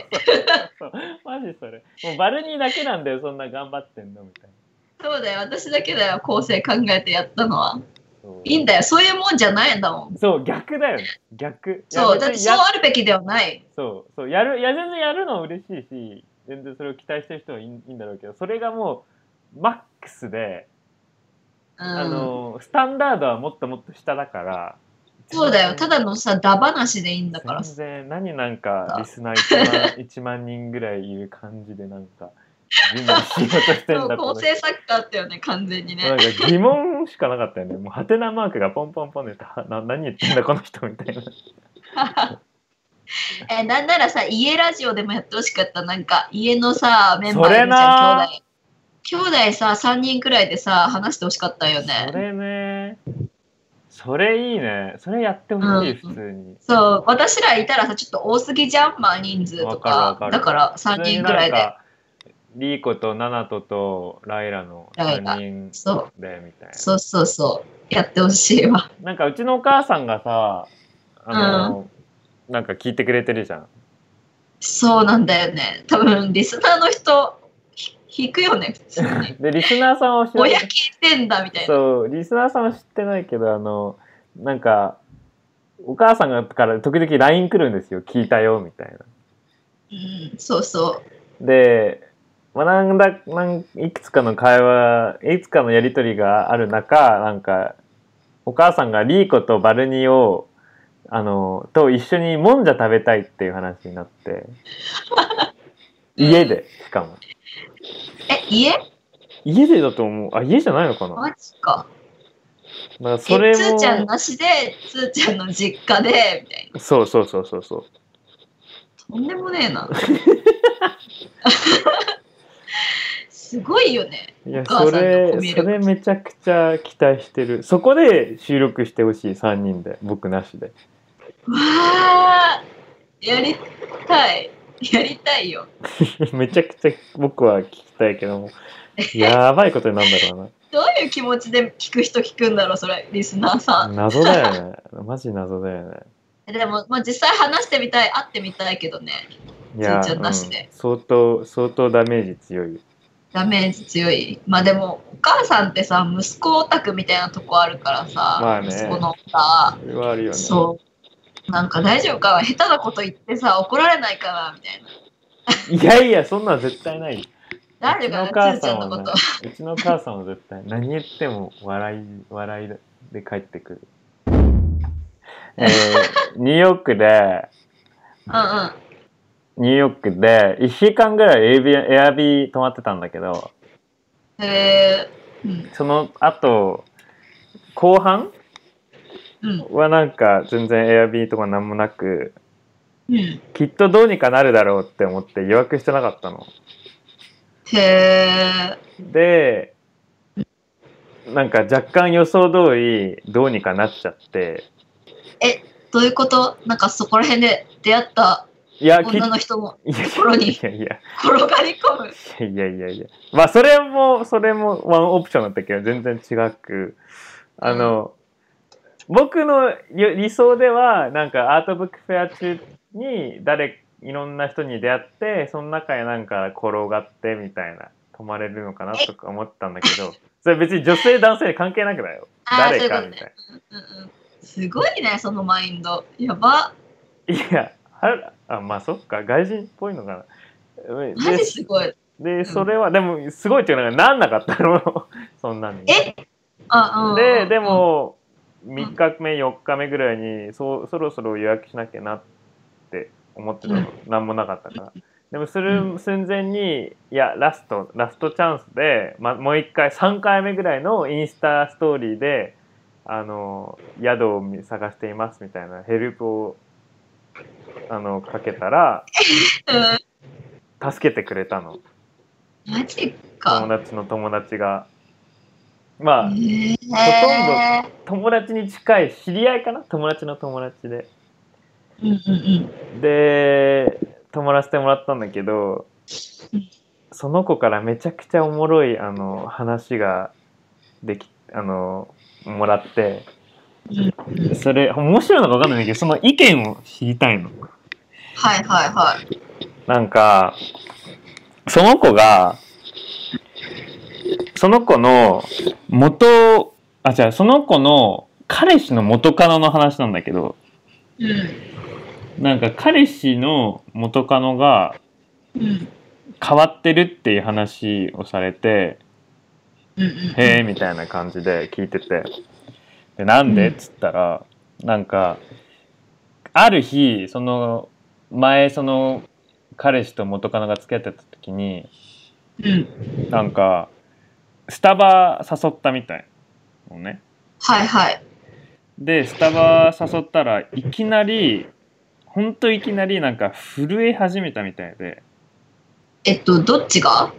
S2: そうマジそれもうバルニーだけなんだよそんな頑張ってんのみたいな
S1: そうだよ私だけだよ構成考えてやったのは
S2: そう
S1: いいんだよそういうもんじゃないんだもん
S2: そう逆だよね逆いや
S1: そう
S2: 別
S1: だって
S2: に
S1: そ
S2: や
S1: うあるべきではない
S2: そうそうやるいや全然やるのは嬉しいし全然それを期待してる人はいいいいんだろうけどそれがもうマックスで
S1: うん
S2: あのスタンダードはもっともっと下だから
S1: そうだよただのさダ話でいいんだから
S2: 全然何なんかリスナー1万
S1: (laughs)
S2: ,1 万人ぐらいいる感じでなんか準備しようとして
S1: (laughs) そ
S2: んだ
S1: う
S2: と
S1: 構
S2: 思って
S1: 成作家だったよね完全に
S2: な
S1: ね
S2: んか疑問しかなかったよねもうハテナマークがポンポンポンでたな何言ってんだこの人みたいな
S1: えなんならさ家ラジオでもやってほしかったなんか家のさメンバーい
S2: それ
S1: るじゃ
S2: なん
S1: 兄弟兄弟さ3人くらいでさ話してほしかったよ
S2: そ
S1: ね
S2: れねそれいいねそれやってほしい普通に。
S1: そう私らいたらさちょっと多すぎじゃんまあ人数と
S2: わ
S1: か
S2: かるわかる
S1: だから3人くらい
S2: 普通になん
S1: で
S2: かリーコとナナトとライラの
S1: ライラ
S2: 3人
S1: そう
S2: でみたい
S1: そうそうそうやってほしいわ
S2: ななんかうちのお母さんがさあの、なんか聞いてくれてるじゃん
S1: そうなんだよね多分リスナーの人ひ引くよね普
S2: (laughs)
S1: 通に
S2: でリスナーさんを知らな
S1: 親
S2: い
S1: 聞いてんだみたいな
S2: そうリスナーさんは知ってないけどあのなんかお母さんがから時々 LINE 来るんですよ聞いたよみたいな。
S1: うん、そうそう。
S2: で、まあ、なんだなんいくつかの会話いくつかのやり取りがある中なんかお母さんがリーコとバルニをあのと一緒にもんじゃ食べたいっていう話になって家でしかも
S1: え、家
S2: 家でだと思うあ家じゃないのかな、
S1: マジか。
S2: まあ、
S1: え、つ
S2: それ
S1: ーちゃん
S2: も
S1: なしで、つーちゃんの実家で、みたいな。
S2: そうそうそうそうそう
S1: とんでもねえ
S2: (laughs)
S1: な。 (laughs) すごいよね。
S2: いや
S1: お母さ
S2: そ
S1: んの
S2: れ
S1: コミュ
S2: そ
S1: 力
S2: れめちゃくちゃ期待してるそこで収録してほしい3人で僕なしで (laughs)
S1: わあ、やりたい。やりたいよ。
S2: めちゃくちゃ僕は聞きたい
S1: (laughs)
S2: けどもやばいことになるんだろ
S1: どういう気持ちで聞く人聞くんだろう、それ、リスナー
S2: う
S1: さ
S2: な謎だよねマジ謎だよね
S1: ん。でも、まあ、実際話してみたい、会ってみたいけどね、
S2: いや、
S1: じいちゃんなしで
S2: うん相当相当ダメージ強い
S1: ダメージ強い。まあでも、お母さんってさ、息子オタクみたいなとこあるからさ、
S2: まあね
S1: 息子のさ、
S2: それはあるよね
S1: そう。なんか大丈夫かな下手なこと言ってさ、怒られないかなみたいな。
S2: いやいやそんなん絶対ないう
S1: 誰
S2: ちの
S1: が
S2: お
S1: つ
S2: 母
S1: ーち
S2: さ
S1: ゃ
S2: ん
S1: んの
S2: は
S1: こ
S2: ね
S1: と。
S2: うちのお母さんは絶対何言っても笑い笑いで帰ってくるえ
S1: (laughs)
S2: ーニューヨークで
S1: うんうん。
S2: ニューヨークで1週間ぐらいエアビエアビー泊まってたんだけど
S1: えー、うん
S2: その後後半
S1: うん
S2: はなんか全然 Airb とかなんもなく
S1: うん。
S2: きっとどうにかなるだろうって思って予約してなかったの。
S1: へえ。
S2: でなんか若干予想通りどうにかなっちゃって
S1: どういうことなんかそこら辺で出会った
S2: いやきい
S1: 女
S2: や
S1: の人も
S2: いや
S1: 頃に
S2: いやいや
S1: 転がり込む。
S2: いやいやいやまあそれもそれもワンオプションだったけど全然違くあの、僕のよ理想ではなんかアートブックフェア中に誰いろんな人に出会ってその中へなんか転がってみたいな泊まれるのかなとか思ったんだけどそれ別に女性男性関係なくだよ
S1: ああ、そういう
S2: 誰
S1: こ
S2: か
S1: と
S2: みた
S1: ね。
S2: い
S1: うんうん。すごいね、そのマインド。やば。
S2: ないやあらあまあそっか外人っぽいのかなうん
S1: マジ
S2: です
S1: ごい。
S2: でそれはでもすごいっていうのがなんなかったの (laughs) そんなに。
S1: えあ、うん。
S2: でで、も3日目4日目ぐらいにそそろそろ予約しなきゃなって思ってたの何もなかったからでもす
S1: う
S2: る寸前にいやラストラストチャンスで、ま、もう1回3回目ぐらいのインスタストーリーであの宿を見探していますみたいなヘルプをあのかけたら
S1: うん、
S2: 助けてくれたの
S1: マジ
S2: 友
S1: か。
S2: 達の友達がまあ
S1: えー、
S2: ほ友達に近い知り合いかな友達の友達で
S1: うんうん
S2: で泊まらせてもらったんだけど
S1: うん
S2: その子からめちゃくちゃおもろいあの話ができあのもらって
S1: うん。うんうん、
S2: それ面白いのか分かんないんだけどその意見を知りたいの。
S1: はいはいはい。
S2: なんかその子がその子の元あ違うその子の彼氏の元カノの話なんだけど
S1: うん
S2: なんか彼氏の元カノが
S1: うん
S2: 変わってるっていう話をされて
S1: うんうん
S2: 「へえ」みたいな感じで聞いてて「でなんで?」
S1: う
S2: っ
S1: ん
S2: つったらなんかある日その前その彼氏と元カノが付き合ってた時に
S1: うん
S2: なんかスタバ誘ったみたいのね。
S1: はいはい。
S2: でスタバ誘ったらいきなりほんといきなりなんか震え始めたみたいで
S1: えっと、どっちが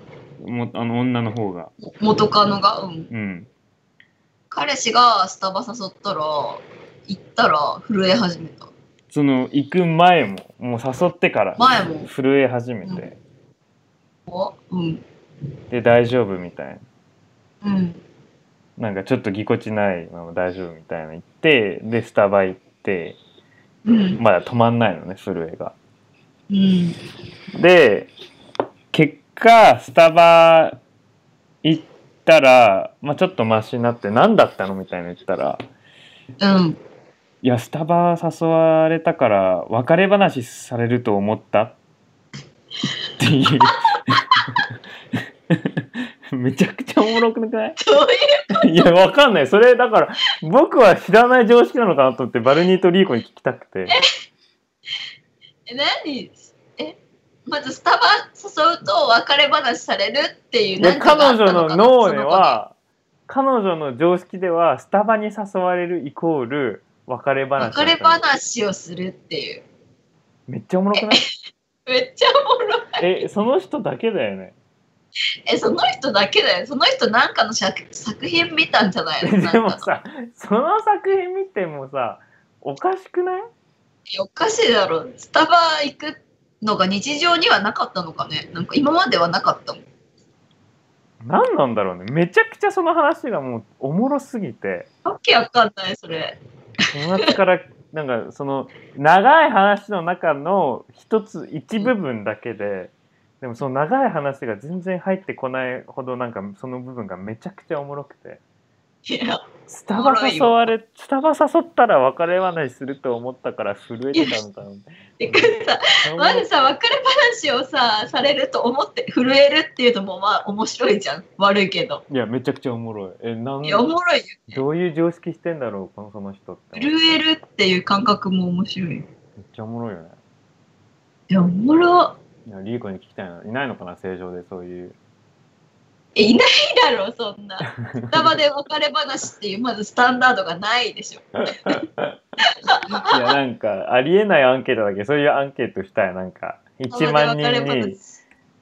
S2: もあの女の方が。
S1: 元カノが、うん、
S2: うん
S1: 彼氏がスタバ誘ったら、行ったら震え始めた。
S2: その行く前ももう誘ってから
S1: 前も
S2: 震え始めて、
S1: うん。
S2: で大丈夫みたい
S1: うん。
S2: ななんかちょっとぎこちないまま大丈夫みたいな言ってでスタバ行って
S1: うん。
S2: まだ止まんないのね震えが。
S1: うん。
S2: で結果スタバ行ったら、まあ、ちょっとマシになって何だったのみたいな言ったら
S1: うん。
S2: いやスタバ誘われたから別れ話されると思ったっていうめちゃくちゃおもろくない
S1: どういう
S2: いやわかんないそれだから僕は知らない常識なのかなと思ってバルニーとリーコに聞きたくて
S1: え何えまずスタバ誘うと別れ話されるっていう
S2: いや
S1: 何か
S2: 彼
S1: があった
S2: 女
S1: のか
S2: の
S1: な
S2: 脳では彼女の常識ではスタバに誘われるイコール別れ
S1: その
S2: 話だっ
S1: 子
S2: た
S1: に別れ
S2: の
S1: 話をするっていう
S2: めっちゃおもろくない
S1: めっちゃおもろい
S2: えその人だけだよね
S1: えその人だけだよその人なんかの作作品見たんじゃ (laughs) ないのなん
S2: (laughs) でも
S1: か
S2: さその作品見てもさおかしくない
S1: おかしいだろスタバ行くのが日常にはなかったのかねなんか今まではなかったもん
S2: 何なんだろうねめちゃくちゃその話がもうおもろすぎて
S1: わけわかんないそれ
S2: 友達からなんかその長い話の中の一つ一部分だけででもその長い話が全然入ってこないほどなんかその部分がめちゃくちゃおもろくて
S1: いや
S2: スタバ
S1: おもろい
S2: 誘
S1: よ
S2: われスタバ誘ったら別れ話すると思ったから震えてたんだろう
S1: てかさまずさ別れ話をさされると思って震えるっていうのもまあ面白いじゃん悪いけど
S2: いやめちゃくちゃおもろいえなん
S1: いやおもろいよ
S2: どういう常識してんだろうこのその人ってめっ
S1: 震えるっていう感覚も面白い
S2: ちゃおもろいよね
S1: いやおもろ
S2: いやリーコに聞きたいないないのかな正常でそういう
S1: えいないだろそんなスタバで別れ話っていうまずスタンダードがないでしょ
S2: いやなんかありえないアンケートだけどそういうアンケートしたいなんか1万人
S1: スタバで別れ
S2: に
S1: 話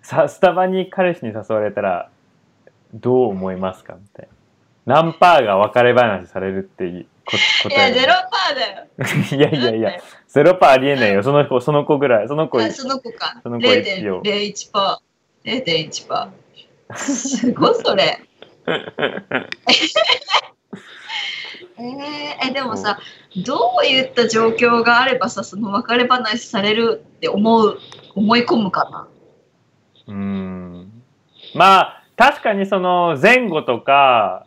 S2: さスタバに彼氏に誘われたらどう思いますかみたいな何パーが別れ話されるっていうこ
S1: いや
S2: 答え
S1: ゼロパーだよ
S2: いや (laughs) いやいやゼロパーありえないよその子その子ぐらいその子
S1: あその子か。
S2: その子一票
S1: 0.01%パー。0.1%パー。すごいそ
S2: (laughs)
S1: れ。えーえでもさどういった状況があればさその別れ話されるって思う思い込むかな
S2: うーんまあ確かにその前後とか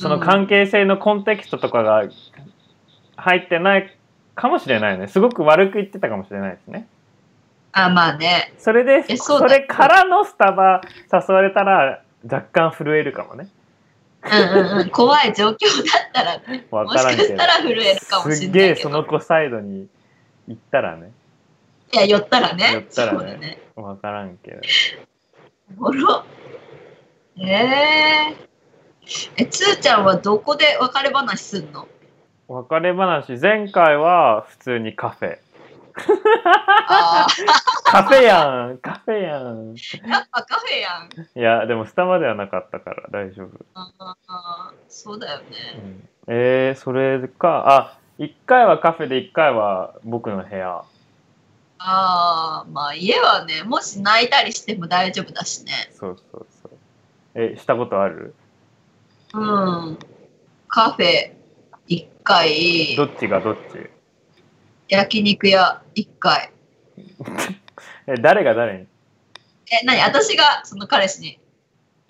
S2: その関係性のコンテキストとかが入ってないかもしれないねすごく悪く言ってたかもしれないですね
S1: あまあね
S2: それで
S1: えそ
S2: そ
S1: うだ
S2: れからのスタバ誘われたら若干震えるかもね
S1: うんうんうん怖い状況だったらね
S2: わ
S1: も
S2: か
S1: しから
S2: んけ
S1: し
S2: ど
S1: たら震えるかもし
S2: す
S1: れ
S2: っ
S1: な
S2: げ
S1: い
S2: え
S1: け
S2: そ
S1: ど
S2: の子サイドに行ったらね
S1: いや寄ったらね
S2: 寄ったらね
S1: そうだね
S2: わからんけど
S1: おもろえー、えつーちゃんはどこで別れ話すんの
S2: 別れ話前回は普通にカフェ
S1: あ
S2: カフェや
S1: (laughs)
S2: んカフェやん
S1: ーやっぱカフェやん
S2: いやでもスタバではなかったから大丈夫
S1: あーそうだよね
S2: うんえー、それかあ一回はカフェで一回は僕の部屋
S1: ああまあ家はねもし泣いたりしても大丈夫だしね
S2: そうそうそうえしたことある
S1: うんカフェ1回
S2: どっちがどっち
S1: 焼肉屋1回
S2: え誰が誰に
S1: え何私がその彼氏に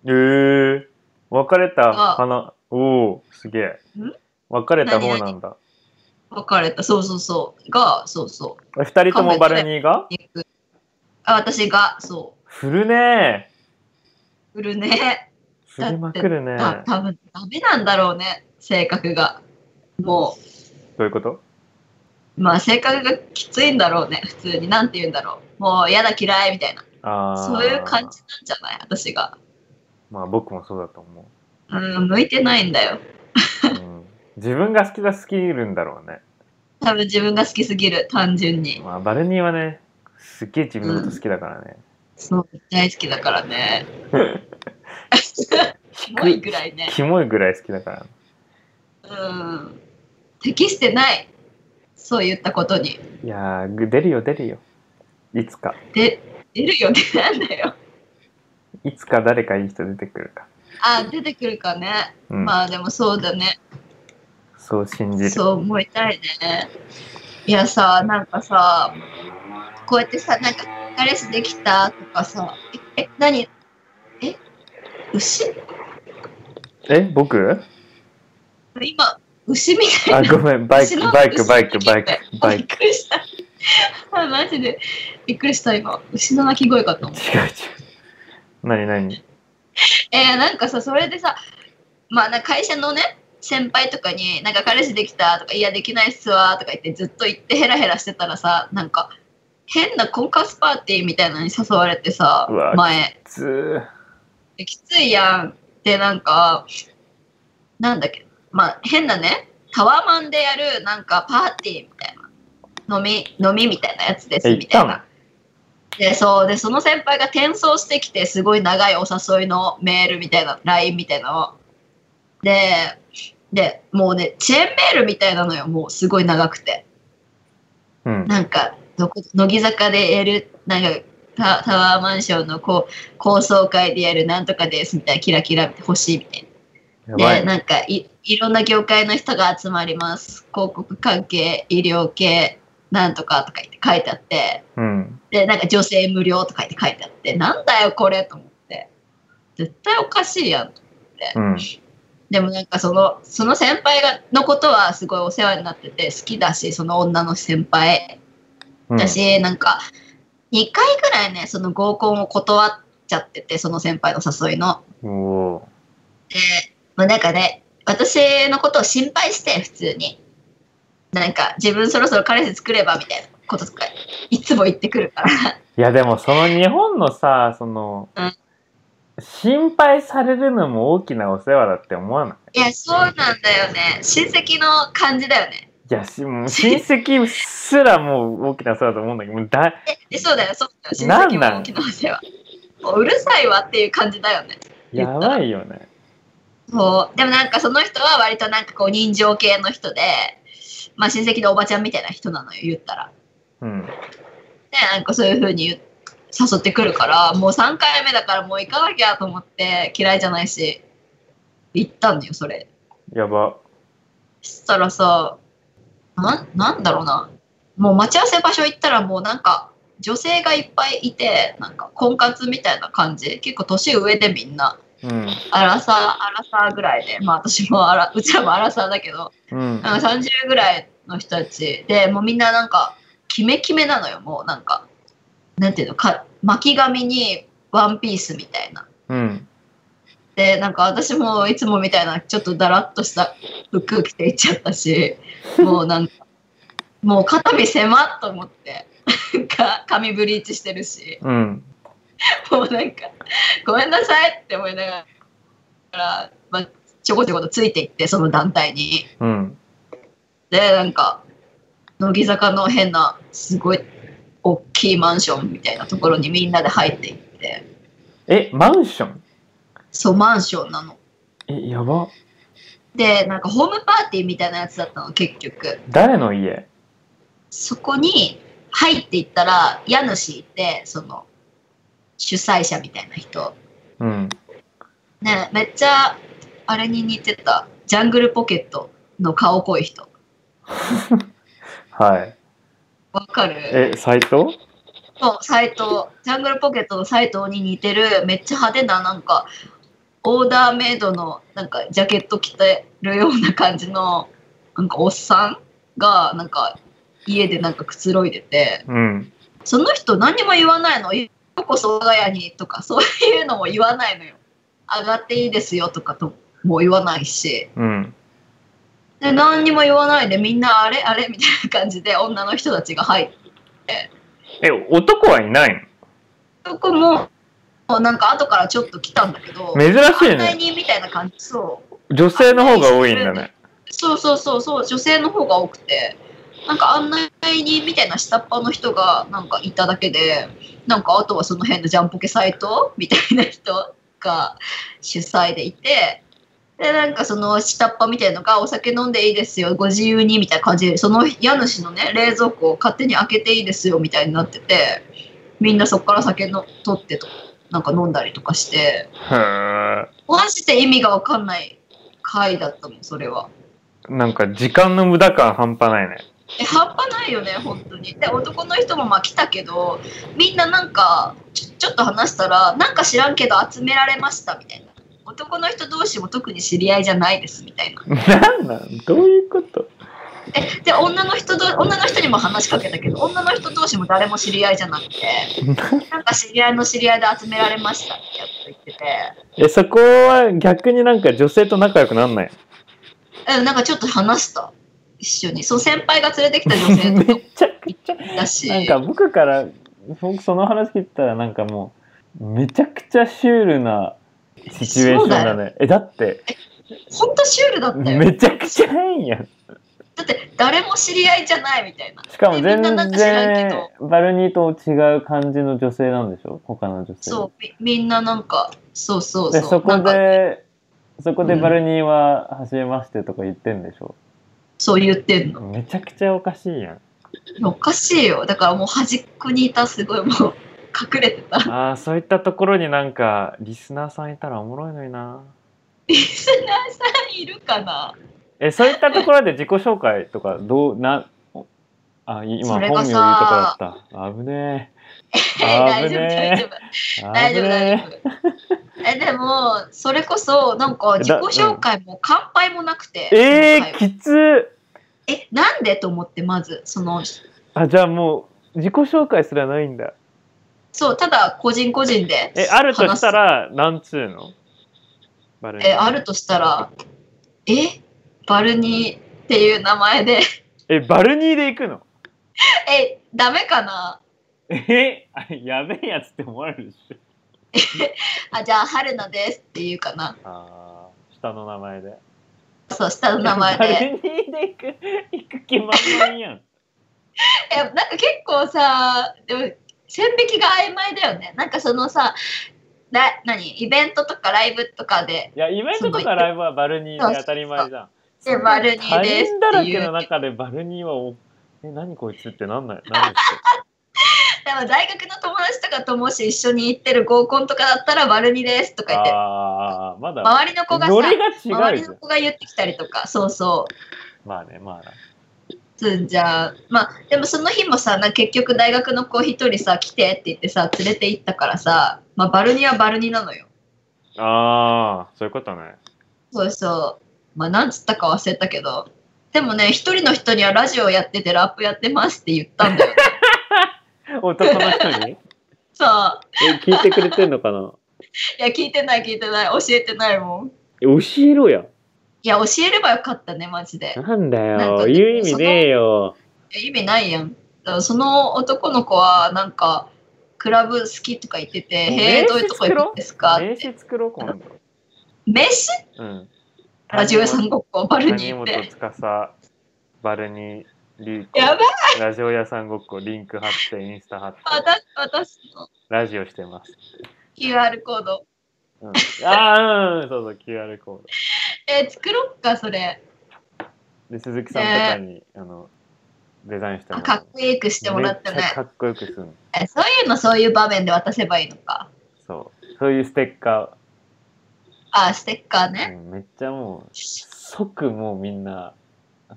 S2: えー、別れた
S1: あ
S2: 花おおすげえ
S1: ん
S2: 別れた方なんだ
S1: 別れたそうそうそうがそうそう
S2: え二人ともバルニーが
S1: 肉あ私がそ
S2: 振るね
S1: う売るね
S2: ー振りまくるね
S1: た多分ダメなんだろうね性格がも
S2: どういうこと
S1: うまあ性格がきついんだろうね普通になんて言うんだろうもう嫌だ嫌いみたいな
S2: ああ
S1: そういう感じなんじゃない私が
S2: まあ僕もそうだと思
S1: うん向いてないんだよ
S2: う、うん、自分が好きだ好きるんだろうね
S1: 多分自分が好きすぎる単純に
S2: まあ、バルニーはね、すっげえ自分のこと好きだからね。
S1: そう大好きだからねキモいぐらいね
S2: キモいぐらい好きだから。
S1: うん適してないそう言ったことに
S2: いやー、ぐ出るよ、出るよ。いつか、
S1: で出るよねなんだよ
S2: いつか誰かいい人出てくるか。
S1: あ出てくるかね、
S2: うん、
S1: まあでもそうだね
S2: そう信じる。
S1: そう思いたいね。いやさ、なんかさ、こうやってさ、なんか彼氏できたとかさ、え、え何え、牛
S2: え、僕
S1: 今、牛みた
S2: あ
S1: いな
S2: ごめんバイ
S1: (laughs)
S2: ク
S1: 後ろ
S2: バイクバイクバイクバ
S1: (laughs) び
S2: イ
S1: っ
S2: ク
S1: くりしたあマジでびっくりした今牛の鳴き声かと思った
S2: 違う違う何何
S1: えー、なんかさそれでさまあなんか会社のね先輩とかに「なんか彼氏できた」とか「いやできないっすわ」とか言ってずっと言ってヘラヘラしてたらさなんか変な婚活パーティーみたいなのに誘われてさ
S2: うわ
S1: 前
S2: つー
S1: できついやんってなんかなんだっけまあ変なねタワマンでやるなんかパーティーみたいな飲み飲みみたいなやつです
S2: え
S1: み
S2: 行ったた
S1: い
S2: の
S1: な。でそうでその先輩が転送してきてすごい長いお誘いのメールみたいな LINE みたいなのをででもうねチェーンメールみたいなのよもうすごい長くて
S2: うん
S1: なんかどこ乃木坂でやるなんかタタワーマンションのこう高層階でやるなんとかですみたいなキラキラ欲しいみたい
S2: やば
S1: な。で
S2: い
S1: なんかいいろんな業界の人が集まります広告関係医療系なんとかとか言って書いてあって
S2: うん
S1: でなんか女性無料とか言って書いてあってなんだよこれと思って絶対おかしいやん
S2: うん
S1: でもなんかそのその先輩がのことはすごいお世話になってて好きだしその女の先輩
S2: うん
S1: 私なんか2回ぐらいねその合コンを断っちゃっててその先輩の誘いの。
S2: うおー
S1: で、まあ、なんかね私のことを心配して普通になんか自分そろそろ彼氏作ればみたいなこととかいつも言ってくるから
S2: いやでもその日本のさその、
S1: うん
S2: 心配されるのも大きなお世話だって思わない
S1: いやそうなんだよね親戚の感じだよね
S2: いやしもう親戚すらもう大きなお世話だと思うんだけどもうだ
S1: (laughs) えそうだよそうだよ親
S2: なん
S1: 戚
S2: なん
S1: も大きなお世話もううるさいわっていう感じだよね
S2: やばいよね
S1: そうでもなんかその人は割となんかこう人情系の人で、まあ、親戚のおばちゃんみたいな人なのよ言ったら
S2: うん
S1: ね、なんかそういう風に言う誘ってくるからもう3回目だからもう行かなきゃと思って嫌いじゃないし行ったんだよそれ
S2: やば
S1: そしたらさななんだろうなもう待ち合わせ場所行ったらもうなんか女性がいっぱいいてなんか婚活みたいな感じ結構年上でみんな
S2: うん
S1: アラサーアラサーぐらいでまあ私もアラうちらもアラサーだけど
S2: うん
S1: なんか30ぐらいの人たちでもうみんななんかキメキメなのよもうなんかなんていうのか巻き髪にワンピースみたいな
S2: うん
S1: でなんか私もいつもみたいなちょっとだらっとした服着ていっちゃったしもうなんか (laughs) もう肩身狭っと思って (laughs) なんか髪ブリーチしてるし
S2: うん
S1: もうなんかごめんなさいって思いながら、まあ、ちょこちょことついていってその団体に。
S2: うん
S1: でなんか乃木坂の変なすごい大きいマンションみたいなところにみんなで入っていって
S2: えマンション
S1: そうマンションなの
S2: えやば
S1: でなんかホームパーティーみたいなやつだったの結局
S2: 誰の家
S1: そこに入っていったら家主いてその主催者みたいな人
S2: うん
S1: ねめっちゃあれに似てたジャングルポケットの顔濃い人
S2: はい
S1: わかる
S2: え斎藤
S1: そう、斎藤、ジャングルポケットの斎藤に似てる、めっちゃ派手な、なんか、オーダーメイドの、なんか、ジャケット着てるような感じの、なんか、おっさんが、なんか、家でなんかくつろいでて、
S2: うん
S1: その人何も言わないの。ようこそ我が家にとか、そういうのも言わないのよ。上がっていいですよとかとも言わないし。
S2: うん
S1: で何にも言わないでみんなあれあれみたいな感じで女の人たちが入って
S2: え男はいない
S1: そこも、もうなんか後からちょっと来たんだけど、
S2: の珍しい
S1: 案内
S2: ね
S1: 人みたいな感じ、そう。
S2: 女性の方が多いんだね
S1: そうそうそうそう、女性の方が多くて、なんか案内人みたいな下っ端の人がなんかいただけで、なんかあとはその辺のジャンポケサイトみたいな人が主催でいて、で、なんかその下っ端みたいのがお酒飲んでいいですよ、ご自由にみたいな感じで、その家主のね、冷蔵庫を勝手に開けていいですよみたいになってて、みんなそこから酒の取ってとか、なんか飲んだりとかして、
S2: へえ
S1: マジで意味がわかんない回だったもん、それは。
S2: なんか時間の無駄感半端ないね (laughs)
S1: え、半端ないよね、本当に。で、男の人もまあ来たけど、みんななんか、ちょちょっと話したら、なんか知らんけど集められましたみたいな。男の人同士も特に知り合いじゃないですみたいな。
S2: なんなんどういうこと
S1: えで女の人ど女の人にも話しかけたけど女の人同士も誰も知り合いじゃなくてなんか知り合いの知り合いで集められましたってやつ言ってて
S2: え、そこは逆になんか女性と仲良くなんない。
S1: うんなんかちょっと話した一緒にそう先輩が連れてきた (laughs) 女性
S2: め
S1: とか
S2: っちゃくちゃ。
S1: だし
S2: (laughs) なんか僕から、僕その話聞いたらなんかもう、めちゃくちゃシュールなシチュエーションだね。え、だって、
S1: ほんとシュールだったよ
S2: めちゃくちゃ変やん。
S1: だって誰も知り合いじゃないみたいな
S2: しかも
S1: みん
S2: 全
S1: ななんか知らんけ
S2: 然
S1: ど、
S2: バルニーと違う感じの女性なんでしょ他の女性。
S1: そうみみんななんかそうそうそ
S2: で、
S1: う
S2: そこ
S1: なんか
S2: で、そこでバルニーは、はじめましてとか言ってんでしょ
S1: そう言ってんの
S2: めちゃくちゃおかしいやん。
S1: おかしいよだからもう端っこにいたすごいもう (laughs) 隠れてた
S2: ああ、そういったところになんか、リスナーさんいたらおもろいのにな。
S1: リスナーさんいるかな
S2: え、そういったところで自己紹介とか、どう、な、おあ、い今
S1: そ
S2: 本名
S1: れ
S2: 言
S1: が
S2: うとこ
S1: さ
S2: だった。危ねえ。
S1: (laughs) 大
S2: 危
S1: 丈夫大丈
S2: ね
S1: 夫大丈夫
S2: え。危
S1: 大丈
S2: ね
S1: 夫。えでもそれこそなんか自己紹介も乾杯もなくて
S2: え。え
S1: その
S2: ー、
S1: 会
S2: きつ
S1: えなんでと思ってまずその
S2: あ、じゃあもう、自己紹介すらないんだ。
S1: そうただ個人個人で
S2: え、あるとしたら、なんつうのバルニー
S1: えあるとしたらえバルニーっていう名前で
S2: え、バルニーで行くの
S1: えダメかな
S2: えあれやべえやつって思われるでしょ。
S1: あじゃあ春菜ですっていうかな
S2: ああ、下の名前で。
S1: そう下の名前
S2: バル
S1: で
S2: ニーで行く、行く気満々やん。
S1: えなんか結構さでも線引きが曖昧だよねなんかそのさな何イベントとかライブとかで
S2: いや、イベントとかライブはバルニーで当たり前じゃん。
S1: でバルニー
S2: 他
S1: です
S2: 人だ
S1: っ
S2: ら
S1: て
S2: け
S1: いう
S2: の中でバルニーはお、え、何こいつってなんない。なんです
S1: でも大学の友達とかともし一緒に行ってる合コンとかだったら「バルニです」とか
S2: か
S1: 言って
S2: ああ、まだ。
S1: 周りの子がさ
S2: ノリが違
S1: 周
S2: う
S1: り
S2: じゃ
S1: の
S2: ん。
S1: 子が言ってきたりとかそうそう
S2: まあね、まあな。
S1: すんじゃんまあでもその日もさな結局大学の子一人さ来てって言ってさ連れて行ったからさ、まあ、バルニはバルニなのよ
S2: ああ、そういうことね。
S1: そうそうまあなんつったか忘れたけどでもね一人の人にはラジオやっててラップやってますって言ったん
S2: (laughs)
S1: だよ
S2: 男の人に。
S1: さあ
S2: え、聞いてくれてんのかな。
S1: いや聞いてない聞いてない教えてないもん
S2: え、教えろや。
S1: いや教えればよかったねマジで
S2: なんだ
S1: なんか
S2: よ。
S1: ね
S2: 言う意味ねえよ。
S1: いや意味ないやん。だからその男の子はなんかクラブ好きとか言ってて「
S2: もう
S1: へえ
S2: 名刺
S1: どういうとこ行くんですか?」っ
S2: 名
S1: て
S2: 刺作ろう、今度。
S1: 「飯
S2: うん。
S1: ラジオ屋さんごっこバルニ
S2: 谷
S1: ー」っ
S2: 本
S1: て
S2: 司バルニーリーコ
S1: やばい
S2: ラジオ屋さんごっこリンク貼ってインスタ貼って
S1: 私私の
S2: ラジオしてます、
S1: QR コード
S2: うん、ああうんそうそう QR コード
S1: えー作ろっかそれ
S2: で鈴木さんとかに、あのデザインしても
S1: あ
S2: ら
S1: か
S2: う
S1: っこよくしてもらって
S2: めっちゃ
S1: ね
S2: かっこよくするの
S1: えそういうのそういう場面で渡せばいいのか
S2: そうそういうステッカ
S1: あステッカー
S2: ー、
S1: ね
S2: うんめっちゃもう即もうみんな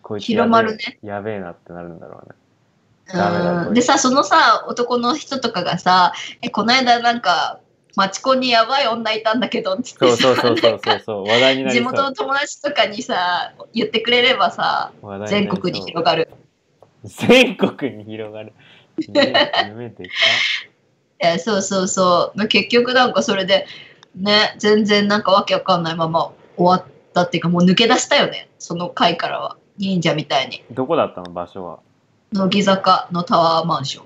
S2: こいつや
S1: 広
S2: べ
S1: ま
S2: え
S1: るね
S2: やべえなってなるんだろうねダメだこれ
S1: うんでさそのさ男の人とかがさ「えこの間なんか町コンにやばい女いたんだけど」っつって
S2: そう
S1: さ
S2: そうそうそうそうそう話題になり
S1: 地
S2: そう
S1: 元の友達とかにさ言ってくれればさ
S2: 話題
S1: 全
S2: なりそう
S1: 国に広がる
S2: 全国に広がる。夢夢でか。
S1: えそうそうそうまあ結局なんかそれでね全然なんかわけわかんないまま終わったっていうかもう抜け出したよねその回からは忍者みたいに
S2: どこだったの場所は。
S1: 乃木坂のタワーマンション
S2: へ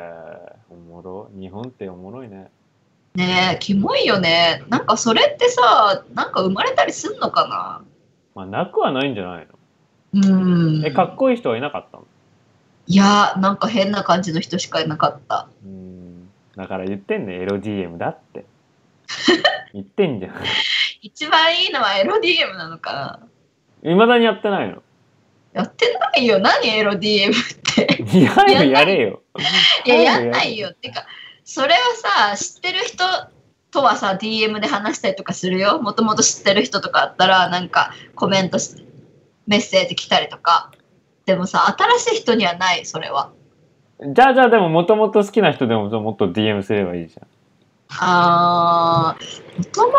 S2: え、おもろ。日本っておもろいね。
S1: ねえキモいよねなんかそれってさなんか生まれたりすんのか
S2: まあ、なくはないんじゃない
S1: なうん
S2: のえ、かっこいい人はいなかったの
S1: いやなんか変な感じの人しかいなかった
S2: うーん。だから言ってんね、エロ DM だ
S1: (laughs)
S2: って。言ってんじゃん。
S1: 一番いいのはエロ DM なのかない
S2: まだにやってないの。
S1: やってないよ何エロ DM って
S2: いやよ、やれよ。
S1: いや、やんないよ。てか、それはさ、知ってる人とはさ、DM で話したりとかするよ。もともと知ってる人とかあったら、なんかコメントし、メッセージ来たりとか。でもさ、新しい人にはない、それは。
S2: じゃあじゃあでももともと好きな人でももっと DM すればいいじゃん。
S1: あー、元々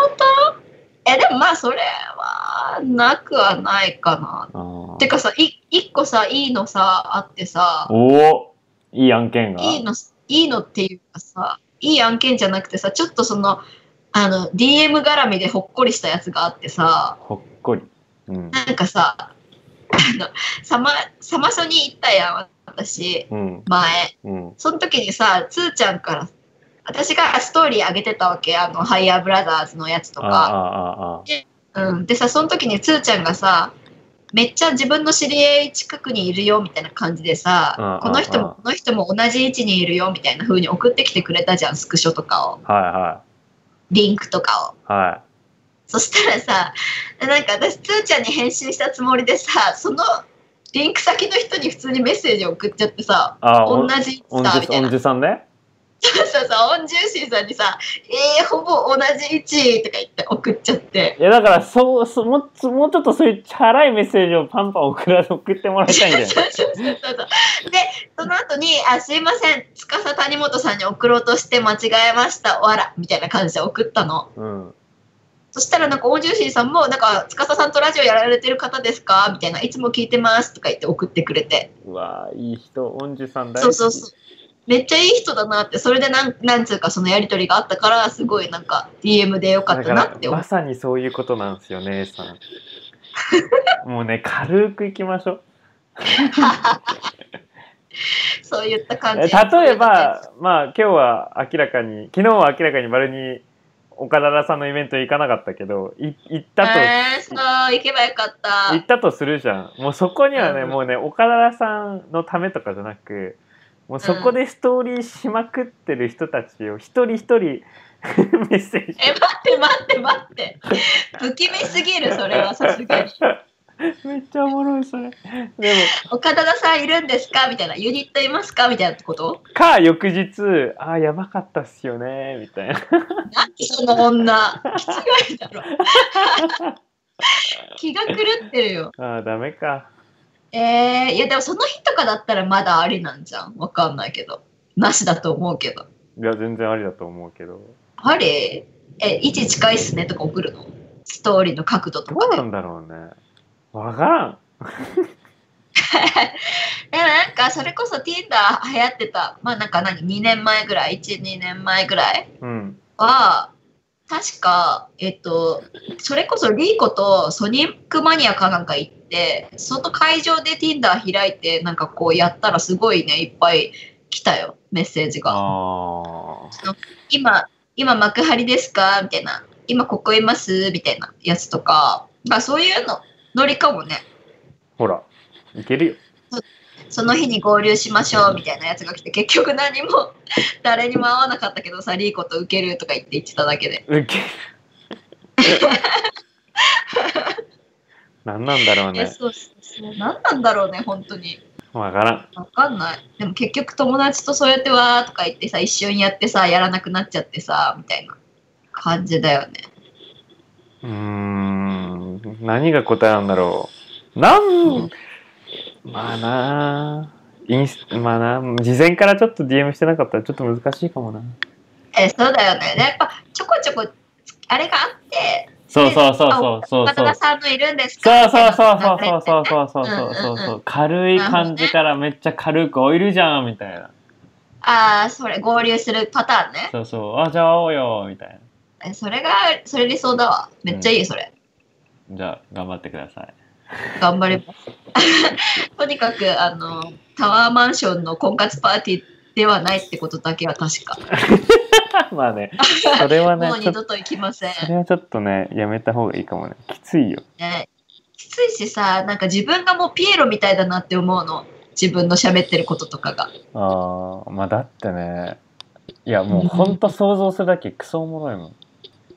S1: え、でもまあそれはなくはないかな。
S2: あ
S1: てかさ、い一個さ、いいのさ、あってさ、
S2: おおいい案件が。
S1: いいの、いいのっていうかさ、いい案件じゃなくてさ、ちょっとその、あの、DM 絡みでほっこりしたやつがあってさ、
S2: ほっこり。うん。
S1: なんかさ、あの、サマ、サマソに行ったやん、私、
S2: うん。
S1: 前。
S2: うん。
S1: その時にさ、つーちゃんから、私がストーリー上げてたわけ、あの、ハイヤーブラザーズのやつと
S2: ああ
S1: か。
S2: あああ
S1: うん、でさその時につーちゃんがさめっちゃ自分の知り合い近くにいるよみたいな感じで
S2: うんうんうん
S1: さこの人もこの人も同じ位置にいるよみたいな風に送ってきてくれたじゃんスクショとかを
S2: あ。は
S1: リンクとかを
S2: いはい。はい。
S1: そしたらさなんか私つーちゃんに返信したつもりでさそのリンク先の人に普通にメッセージ送っちゃってさ
S2: ああ、お
S1: 同
S2: んじ、
S1: じ位
S2: お
S1: 置だみたい
S2: ん
S1: な
S2: じさんね。
S1: そうそうそうオンジューシーさんにさ「えー、ほぼ同じ位置」とか言って送っちゃって
S2: いや、だから、そう、そうもうちょもうちょっとそういうチャラいメッセージをパンパン送ら、送ってもらいたいんだ
S1: (laughs)
S2: よね。
S1: そうそうそうそうでその後に「あすいません司谷本さんに送ろうとして間違えましたわら」みたいな感じで送ったの
S2: うん。
S1: そしたらなんかオージューシーさんも「なんか司さんとラジオやられてる方ですか?」みたいな「いつも聞いてます」とか言って送ってくれて
S2: うわあ、いい人、おんじさん大
S1: そ
S2: 好
S1: う
S2: き。
S1: そうそうめっちゃいい人だなってそれでなんなんつうかそのやり取りがあったからすごいなんか DM でよか
S2: だ
S1: っ
S2: か
S1: たなっ
S2: ら
S1: て思
S2: ま
S1: う
S2: さにそういうことなんですよね、A さん。もうね、軽くいきましょう。
S1: そういった感
S2: え
S1: じ
S2: 例えば、まあ、今日は明らかに、昨日は明らかに丸に岡田さんのイベント行かなかったけど、い行ったと、
S1: えー、そう行けばよかった
S2: 行ったとするじゃん。もうそこにはね、
S1: うん
S2: もうね、岡田さんのためとかじゃなく、もうそこでストーリーしまくってる人たちを一人一 (laughs) 人メッセージ。
S1: (laughs) え、待って待って待って。不気味すぎる、それはさすがに。
S2: めっちゃおもろい、それ。でも、
S1: 岡田さんいるんですかみたいな。ユニットいますかみたいなこと
S2: か、翌日、ああ、やばかったっすよね、みたいな。
S1: 何その女。気違いだろ。 (laughs) 気が狂ってるよ。
S2: ああ、ダメか。
S1: えー、いやでもその日とかだったらまだありなんじゃん。わかんないけど。なしだと思うけど。
S2: いや、全然ありだと思うけど。
S1: あれえ、位置近いっすねとか送るのストーリーの角度と
S2: ど
S1: か
S2: う
S1: で。
S2: なんだろうね。わからん。
S1: でもなんかそれこそ Tinder 流行ってた。まあなんか何 ?2 年前ぐらい ?1、2年前ぐらい
S2: うん。
S1: は確か、えっと、それこそリーコとソニックマニアかなんか行ってその会場で Tinder 開いてなんかこうやったらすごいねいっぱい来たよメッセージが
S2: あ
S1: 「今今幕張ですか?」みたいな「今ここいます?」みたいなやつとか、まあ、そういうのノリかもね
S2: ーほら、いけるよ。
S1: その日に合流しましょうみたいなやつが来て結局何も誰にも会わなかったけどさリーコと受けるとか言って言ってただけで
S2: ウケる。 (laughs) 何なんだろう
S1: え
S2: ね。
S1: そうそうそう何なんだろうね本当に。
S2: わからん。
S1: わかんない。でも結局友達とそうやってわーとか言ってさ、一瞬やってさ、やらなくなっちゃってさ、みたいな感じだよね。
S2: うーん。何が答えなんだろう。なん、まあなインスまあな事前からちょっと DM してなかったらちょっと難しいかもな。
S1: え、そうだよね。でやっぱちょこちょこ、あれがあって、
S2: そうそうそうそうそう
S1: 岡
S2: そう
S1: 田。さんのいるんです
S2: そ
S1: か
S2: うそうそうそう
S1: みたいな流れ
S2: そうそうそうそうそうそう軽い感じからめっちゃ軽くオイルじゃんみたいな
S1: ああ、それ、合流するパターンね。
S2: そうそうあじゃあ会おうよみたい
S1: えそれが、それ理想だわ。めっちゃいい、それ。
S2: なじゃあ頑張ってください
S1: 頑張ります。 (laughs) とにかく、あの、タワーマンションの婚活パーティーではないってことだけは確か。
S2: (laughs)
S1: (laughs)
S2: まあねそれはね
S1: もう
S2: ち
S1: 二
S2: ょっと
S1: 度と行きません。
S2: それはちょっとねやめた方がいいかもねきついよ
S1: ね、きついしさなんか自分がもうピエロみたいだなって思うの自分の喋ってることとかが
S2: ああまあだってねいやもうほんと想像するだけクソおもろいもん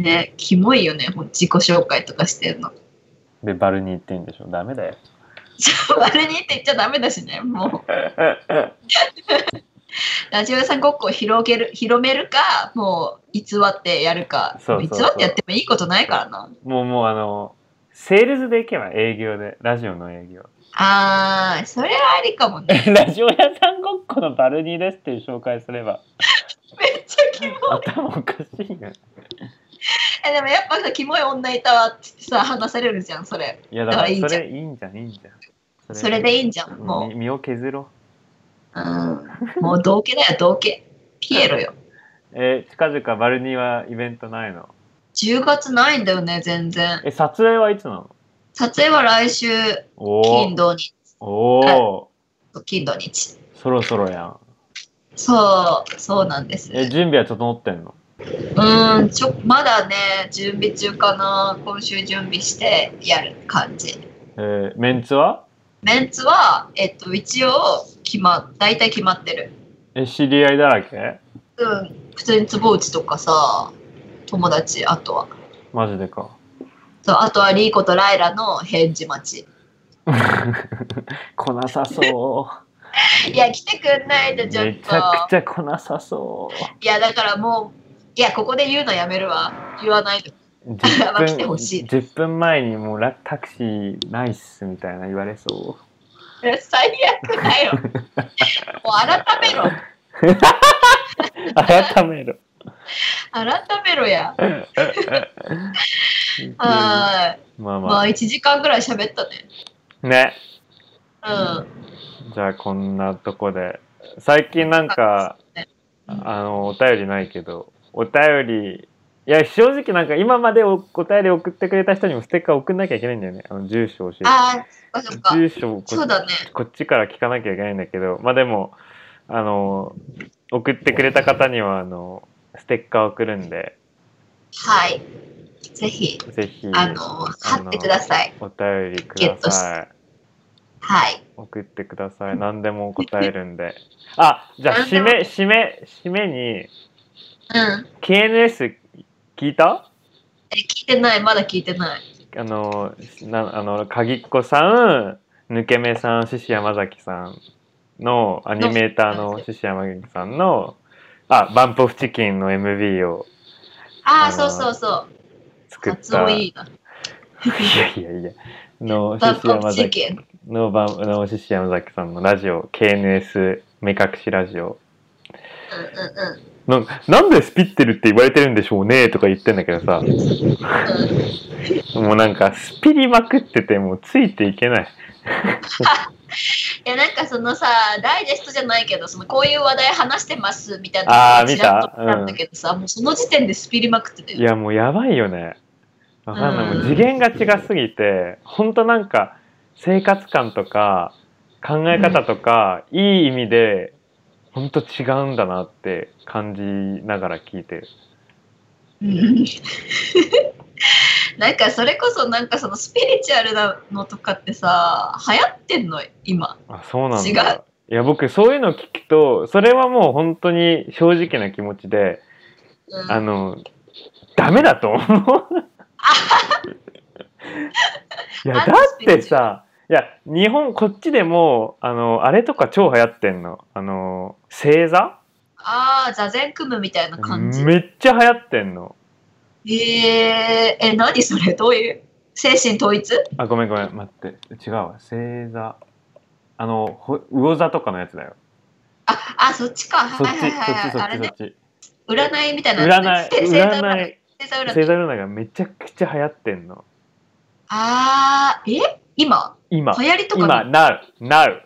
S1: ねキモいよねもう自己紹介とかしてるの (laughs)
S2: でバルニー行っていいんでしょダメだよ (laughs)
S1: 悪にって言っちゃダメだしねもうラジオ屋さんごっこを広げる広めるかもう偽ってやるか
S2: そうそうそ
S1: 偽
S2: う
S1: ってやってもいいことないからな
S2: もうもうあのセールスで行けば営業でラジオの (laughs) 営業
S1: あーそれはありかもね (laughs) (laughs)
S2: ラジオ屋さんごっこのバルニーですっていう紹介すれば
S1: めっちゃキモい
S2: 頭おかしいな。い
S1: えでもやっぱさキモい女いたわってさ話されるじゃんそれ
S2: や、だか
S1: だからいいじゃ
S2: ら
S1: ん
S2: それいいんじゃん、いいんじゃん。
S1: それでいいん
S2: じ
S1: じゃんも
S2: 身を削ろ
S1: う、うん、もう道化だよ道化ピエロよ
S2: う。えー近々バルニーはイベントないの
S1: 10月ないんだよね全然
S2: え、撮影はいつなの
S1: 撮影は来週
S2: お
S1: 金
S2: ー
S1: 土日
S2: おー
S1: 金土日
S2: そろそろやん。
S1: そうそうなんです
S2: え、準備は整ってんの
S1: うんちょまだね準備中かな今週準備してやる感じ
S2: えーメンツは
S1: メンツはえっと一応決ま大体決まってる
S2: え、知り合いだらけ
S1: うん普通に坪内とかさ友達あとは
S2: マジでか。
S1: そうあとはリーコとライラの返事待
S2: (laughs) 来なさそう。
S1: ちいや来てくんないでちょっ
S2: めちゃく
S1: と
S2: ちゃ来なさそう。
S1: いやだからもういやここで言うのやめるわ言わないで
S2: 10分
S1: 来てほしい
S2: 10分前にもうラタクシーないっすみたいな言われそ
S1: え最悪だ
S2: (laughs)
S1: よもう改めろ
S2: (laughs) う改めろ
S1: 改めろやはい
S2: (laughs) ま
S1: ま
S2: あま
S1: あ1時間ぐらい喋ったね
S2: あね
S1: うん
S2: じゃあこんなとこで最近なんか
S1: うん
S2: あのお便りないけどお便りいや正直なんか今までおお便り送ってくれた人にもステッカー送んなきゃいけないんだよねあの住所教
S1: ああそっかそっか
S2: えて住所をこ
S1: そうだね
S2: こっちから聞かなきゃいけないんだけどまあでもあの送ってくれた方にはあのステッカーを送るんで
S1: はいぜひ
S2: ぜひ
S1: あの貼ってください
S2: お便りく
S1: ゲッ
S2: だ
S1: トし
S2: さい
S1: はい
S2: 送ってください何でも答えるんであじゃあ
S1: 何で
S2: 締
S1: も
S2: め締め締めに
S1: うん
S2: KNS 聞いた
S1: え聞いてないまだ聞いてない
S2: あのなあの鍵っ子さん抜け目さん獅子山崎さんのアニメーターの獅子山崎さんのあバンプオフチキンの MV を
S1: あ
S2: あ
S1: あ
S2: ー
S1: そうそうそう
S2: 作っ
S1: 発
S2: た
S1: 音
S2: い
S1: いいな
S2: やいやいやの
S1: バ
S2: 獅
S1: ンプ
S2: 子
S1: オ
S2: 山
S1: ブチ
S2: 崎
S1: キン
S2: のバンの獅子山崎さんのラジオ KNS 目隠しラジオ
S1: うんうんうん
S2: なんなんでスピってるって言われてるんでしょうねとか言ってんだけどさ
S1: うん
S2: もうなんかスピりまくっててもうついていけない
S1: いやなんかそのさダイジェストじゃないけどそのこういう話題話してますみたい
S2: あ
S1: な
S2: ー
S1: のを
S2: 見
S1: ち
S2: た
S1: らっと見たんだけどさ、もうその時点でスピりまくってた
S2: い
S1: よ
S2: やもうやばいよねわかんないも
S1: うん
S2: う次元が違すぎてほんとなんか生活感とか考え方とか、いい意味でほんと違うんだなって感じながら聞いてる
S1: うん (laughs) なんかそれこそなんかそのスピリチュアルなのとかってさ流行ってんの今
S2: あそうなん
S1: 違
S2: だいや僕そういうの聞くとそれはもう本当に正直な気持ちで
S1: うん
S2: あの、ダメだと思う。いや、
S1: あ
S2: だ
S1: の
S2: ってさ、いや、日本、こっちでも、あの、あれとか超流行ってんの。あの、星座
S1: ああ座禅組むみたいな感じ
S2: めっちゃ流行ってんの。
S1: えー、え何それどういう精神統一
S2: あ、ごめんごめん、待って。違うわ、星座。あの、ほ魚座とかのやつだよ。
S1: ああそっちか
S2: そっ
S1: はいは
S2: ち、そ
S1: い
S2: っち、
S1: はい
S2: そ
S1: あ
S2: っ
S1: れ
S2: ち、そ
S1: ね
S2: っち。
S1: 占いみたいな
S2: 占い、
S1: (laughs) 星座
S2: 占い、
S1: 星座占い
S2: 星座占いがめちゃくちゃ流行ってんの。
S1: あーえ今
S2: 今、
S1: 流行りとかな
S2: 今、なる、なる。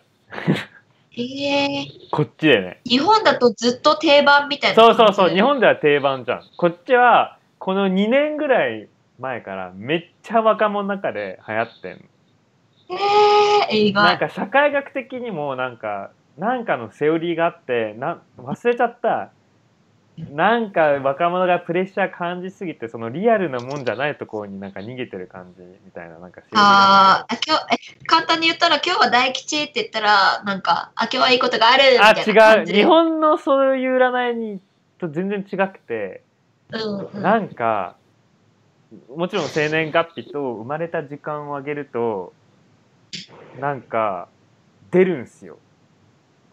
S1: えー、
S2: こっちでね。
S1: 日本だとずっと定番みたいな
S2: そ
S1: 感
S2: う
S1: じ
S2: そ
S1: (laughs)
S2: うそう日本では定番じゃんこっちはこの2年ぐらい前からめっちゃ若者の中で流行ってんの
S1: えー、意
S2: なん
S1: 外
S2: か社会学的にもなんかなんかのセオリーがあってな忘れちゃったなんか若者がプレッシャー感じすぎてそのリアルなもんじゃないところになんか逃げてる感じみたいななんかセオリーが
S1: あーあ今日え簡単に言ったら今日は大吉って言ったらなんかあ今日はいいことがあるみたいな
S2: あ違
S1: 感
S2: う
S1: じ
S2: 日本のそういう占いにと全然違くて
S1: うんうん、
S2: なんかもちろん生年月日と生まれた時間をあげるとなんか出るんすよ。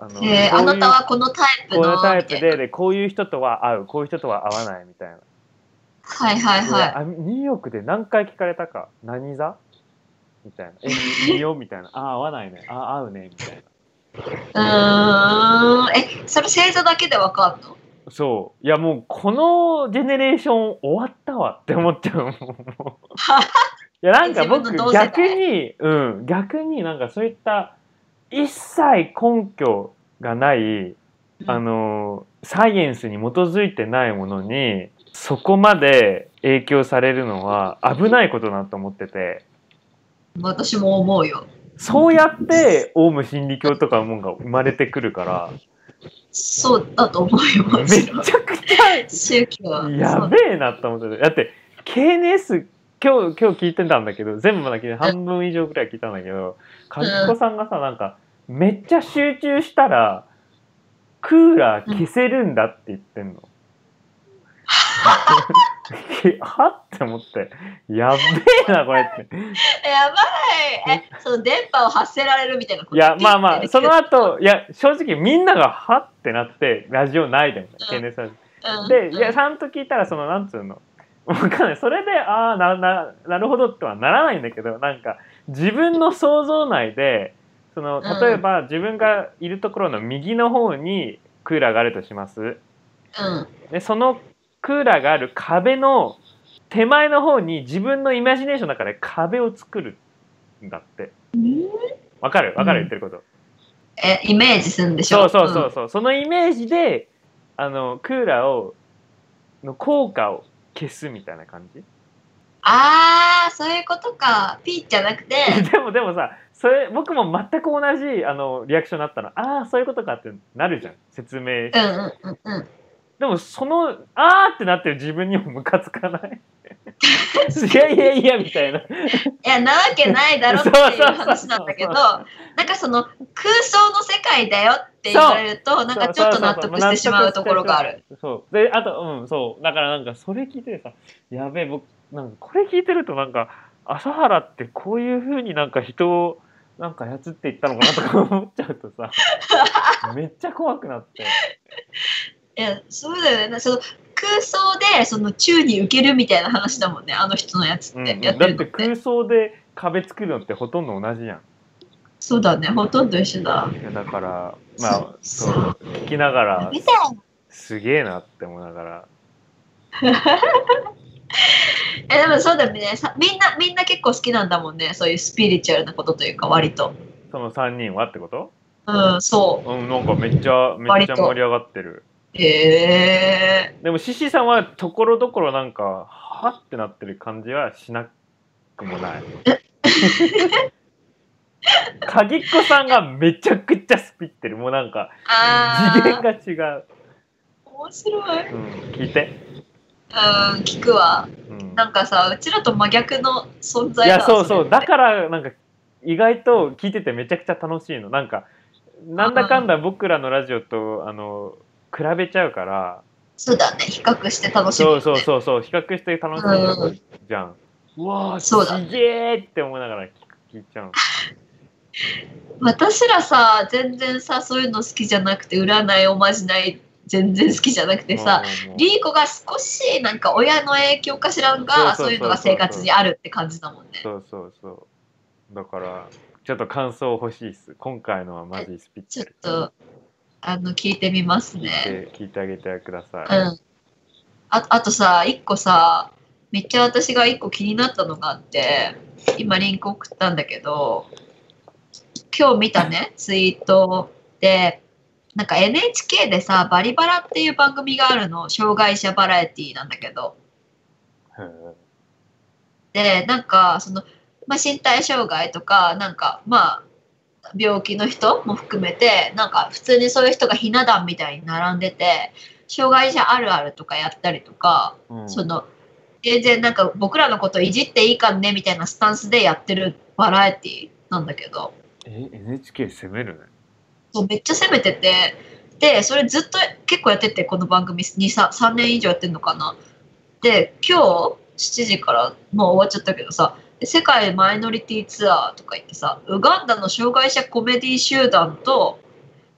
S2: あの
S1: えー
S2: こ
S1: あ
S2: ういう
S1: なたはこのタイプ
S2: こう
S1: の
S2: いうタイプ
S1: みたい
S2: ででこういう人とは合うこういう人とは合わないみたいな。
S1: なはいはいはい
S2: あニューヨークで何回聞かれたか何座みたいな。
S1: (laughs)
S2: えいいよみたいな。あ合わないね。あ合うねみたいな。
S1: うーんえ、それ星座だけでわかんの
S2: そう。いや、もう、このジェネレーション終わったわって思っちゃう
S1: (laughs)
S2: もん。もういや、なんか僕
S1: 自分の同、世代
S2: 逆に、うん、逆になんかそういった、一切根拠がない、あの、サイエンスに基づいてないものに、そこまで影響されるのは危ないことだと思ってて、
S1: 私も思うよ。
S2: そうやって、オウム真理教とかのもんが生まれてくるから、
S1: そうだと思うよ。
S2: め
S1: も
S2: ち
S1: ち
S2: ゃ
S1: ろん
S2: くちゃ
S1: 宗教は。
S2: やべえなと思っててだって KNS 今日今日聞いてたんだけど全部だけど半分以上くらい聞いたんだけどかっこさんがさなんかめっちゃ集中したらクーラー消せるんだって言って (laughs) んの。はって思ってやべえ (laughs) なこれって。
S1: やばいえ、その電波を発せられるみたいなこと
S2: いやまあまあその
S1: 後、
S2: 後いや正直みんながはってなってラジオないで
S1: ん
S2: KNS ラジオ
S1: うん
S2: で、いや、ちゃんと聞いたら、その、なんつうの。 (laughs) わかんない。それで、ああ、な、な、なるほどとはならないんだけど、なんか、自分の想像内で、そ
S1: う
S2: の、
S1: ん
S2: 例えば、自分がいるところの右の方にクーラーがあるとします。
S1: うん。
S2: で、そのクーラーがある壁の手前の方に自分のイマジネーションの中で壁を作るんだって。わかるわか
S1: う
S2: る言
S1: ん
S2: ってること。
S1: え、イメージするんでし
S2: そ
S1: ょ
S2: うそうそうそう、そのイメージで、あの、クーラーを、の効果を消すみたいな感じ
S1: ああ、そういうことか。ピーじゃなく
S2: (laughs)
S1: て、
S2: でもでもさそれ僕も全く同じあのリアクションだったのああそういうことかってなるじゃん説明
S1: うんうんうんうん。
S2: でもそのあーってなってる自分にもムカつかな
S1: (laughs)
S2: いいやいやいやみたいない
S1: や、なわけないだろっていう話なんだけど、
S2: そうそうそう
S1: なんかその空想の世界だよって言われると、なんかちょっと納得してしまうところがある。
S2: そうであとうんそうだからなんかそれ聞いてさやべえ僕なんかこれ聞いてるとなんか朝原ってこういうふうになんか人をなんか操っていったのかなとか思っちゃうと
S1: (laughs)
S2: さめっちゃ怖くなって
S1: いや、そうだよね。その空想でその宙に受けるみたいな話だもんね、あの人のやつっ
S2: うん
S1: て
S2: う。ん
S1: やって
S2: だ
S1: る
S2: っ
S1: の
S2: て
S1: って。
S2: 空想で壁作るのってほとんど同じや
S1: そうだね、ほとんど一緒だ。
S2: んいやだからまあ
S1: そ
S2: そうう聞きながら
S1: 見て
S2: すげえなって思いながら
S1: えでもそうだよねさみんなみんな結構好きなんだもんねそういうスピリチュアルなことというか割と
S2: その3人はってこと
S1: うんそ
S2: うんなんかめっちゃめっ
S1: 割
S2: ちゃ
S1: と
S2: 盛り上がってる
S1: うへえ
S2: でもシシさんはところどころなんかはってなってる感じはしなくも
S1: (laughs)
S2: ない鍵っ子さんがめちゃくちゃスピってるもうなんか次元
S1: ああ
S2: が違う、
S1: 面白い
S2: うん、聞いて、
S1: うん聞くわ
S2: うん、
S1: なんかさうちらと真逆の存在
S2: い
S1: だ
S2: やそうそうだ
S1: れ
S2: からなんか意外と聞いててめちゃくちゃ楽しいのなんかなんだかんだ僕らのラジオとあの比べちゃうから
S1: そうだね比較して楽しむ
S2: そうそうそうそう比較して楽し
S1: う
S2: いじゃんうわあす
S1: そうだね
S2: げえって思いながら聞く聞いちゃう
S1: 私らさ全然さそういうの好きじゃなくて占いおまじない全然好きじゃなくてさ、
S2: もう
S1: リーコが少しなんか親の影響かしらんが
S2: そうそうそうそう
S1: そういうのが生活にあるって感じだもんね
S2: そうそうそうだからちょっと感想欲しいっす今回のはマジスピって
S1: ちょっ
S2: る
S1: と、あの、聞いてみます
S2: 聞い
S1: ね。
S2: て聞いてあげてくださ
S1: う
S2: い、
S1: ん。ああとさ、一個さ、めっちゃ私が一個気になったのがあって、今リンク送ったんだけど、今日見たね、ツイートで、なんか NHK でさ、バリバラっていう番組があるの、障害者バラエティなんだけど、
S2: うん
S1: でなんかその、まあ、身体障害とかなんかまあ病気の人も含めてなんか普通にそういう人がひな壇みたいに並んでて障害者あるあるとかやったりとか、
S2: うん
S1: その全然なんか僕らのこといじっていいかんねみたいなスタンスでやってるバラエティなんだけど
S2: え NHK 攻めるね
S1: そうめっちゃ攻めててでそれずっと結構やっててこの番組にさ3年以上やってんのかなで今日7時からもう終わっちゃったけどさ「世界マイノリティツアー」とか言ってさウガンダの障害者コメディ集団と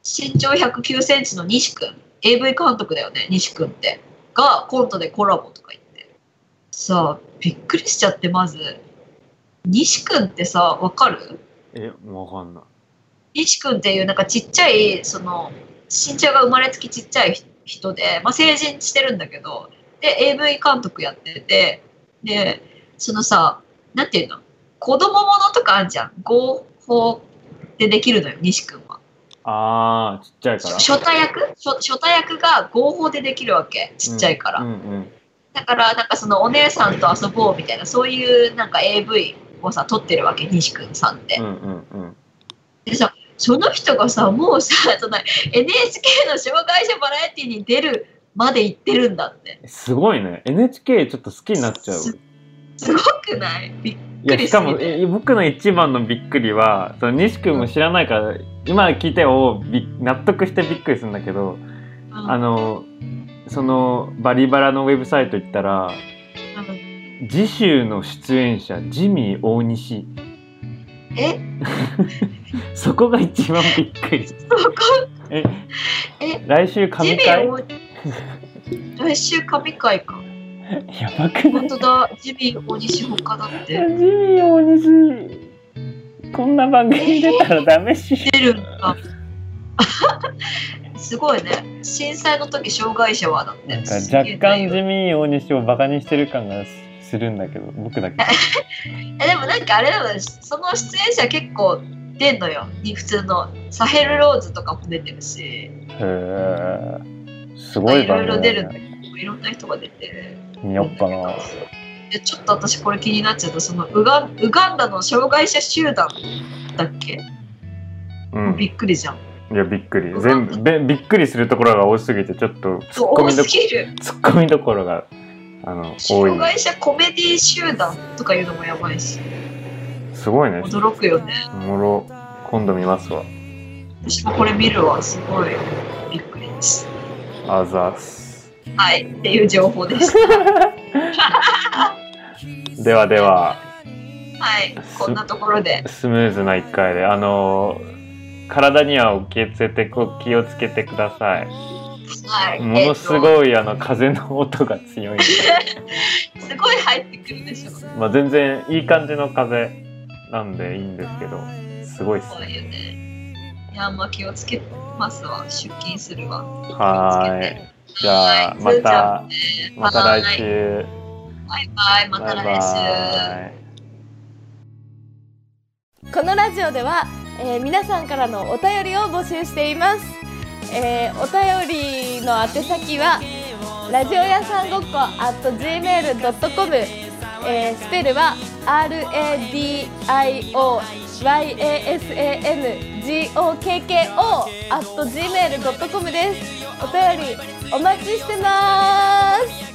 S1: 身長1 0 9センチの西君 AV 監督だよね西君ってがコントでコラボとか言ってさあびっくりしちゃってまず西君ってさわかる
S2: えわかんない
S1: 西君っていうなんかちっちゃいその身長が生まれつきちっちゃい人で、まあ、成人してるんだけどで AV 監督やっててでそのさなんていうの子供ものとかあんじゃん合法でできるのよ西君は
S2: ああ、ちっちゃいから。
S1: 初対役初初対役が合法でできるわけちっちゃいから、
S2: うんうん
S1: だからなんかそのお姉さんと遊ぼうみたいなそういうなんか AV をさ撮ってるわけ西君さんって、
S2: うんうんうん
S1: でさその人がさもうさ (laughs) その NHK の障害者バラエティに出るまで行ってるんだって
S2: うん。すごいね。NHK ちょっと好きになっちゃう。
S1: すすごくないびっ
S2: いや、しか
S1: びっ
S2: も、
S1: くりす
S2: え僕の一番のびっくりは、その西君も知らないから、今聞いてをび納得してびっくりするんだけど、あの、そのバリバラのウェブサイト行った
S1: う
S2: ら、
S1: ん
S2: 次週の出演者、ジミー大西。
S1: え
S2: そこが一番びっくり。
S1: そこ
S2: え、
S1: え
S2: 来週
S1: ジ
S2: 神
S1: ビ
S2: 回
S1: エを来週神回か
S2: やばくない
S1: 本当だ (laughs) ジビエ大西他だって
S2: ジミー大西こんな番組出たらダメし
S1: 出るんだ (laughs) すごいね震災の時障害者はだって
S2: なんか
S1: すげえ
S2: 若干ジミー大西をバカにしてる感がするんだけど僕だけ
S1: えでもなんかあれだもんねその出演者結構出んのよに普通のサヘルローズとかも出てるし
S2: へえす
S1: ま
S2: ご
S1: あ
S2: い
S1: いろ
S2: 番
S1: いろ
S2: 組
S1: 出るん
S2: だ
S1: だ
S2: ね
S1: けどいろんな人が出てる
S2: 見よっかな
S1: でちょっと私これ気になっちゃったそのウガンウガンダの障害者集団だっけ、
S2: うん
S1: びっくりじゃん
S2: いやびっくり全部べびっくりするところが多すぎてちょっとツッコ
S1: 多
S2: ミど
S1: すぎる
S2: ツッコミどころがあの多
S1: 障
S2: い
S1: 害者コメディ集団とかいうのもやばいし
S2: すごいね
S1: 驚くよね
S2: おもろ今度見ますわ
S1: 私もこれ見るわすごいびっくりです
S2: あざっす
S1: はいっていう情報
S2: (laughs)
S1: でした
S2: ではでは
S1: はいこんなところで
S2: スムーズな一回であのー体にはお気をつけてこ気をつけてください
S1: はい
S2: ものす
S1: い、
S2: ごいあの風の音が強
S1: (laughs)
S2: いんで、
S1: えっとすごい入ってくるでしょ
S2: まあ、全然いい感じの風なんでいいんですけどすごいっす
S1: そうよね。いや、まあ、気をつけますわ。出勤するわ。
S2: はーいじゃあま
S1: はいじゃ
S2: たまた来週
S1: バイバイ、また来週。
S2: バイ
S3: このラジオでは、えー皆さんからのお便りを募集しています、えーお便りの宛先はラジオ屋さんごっこ at gmail.com、えースペルは radioyasangokko at gmail.com ですお便りお待ちしてます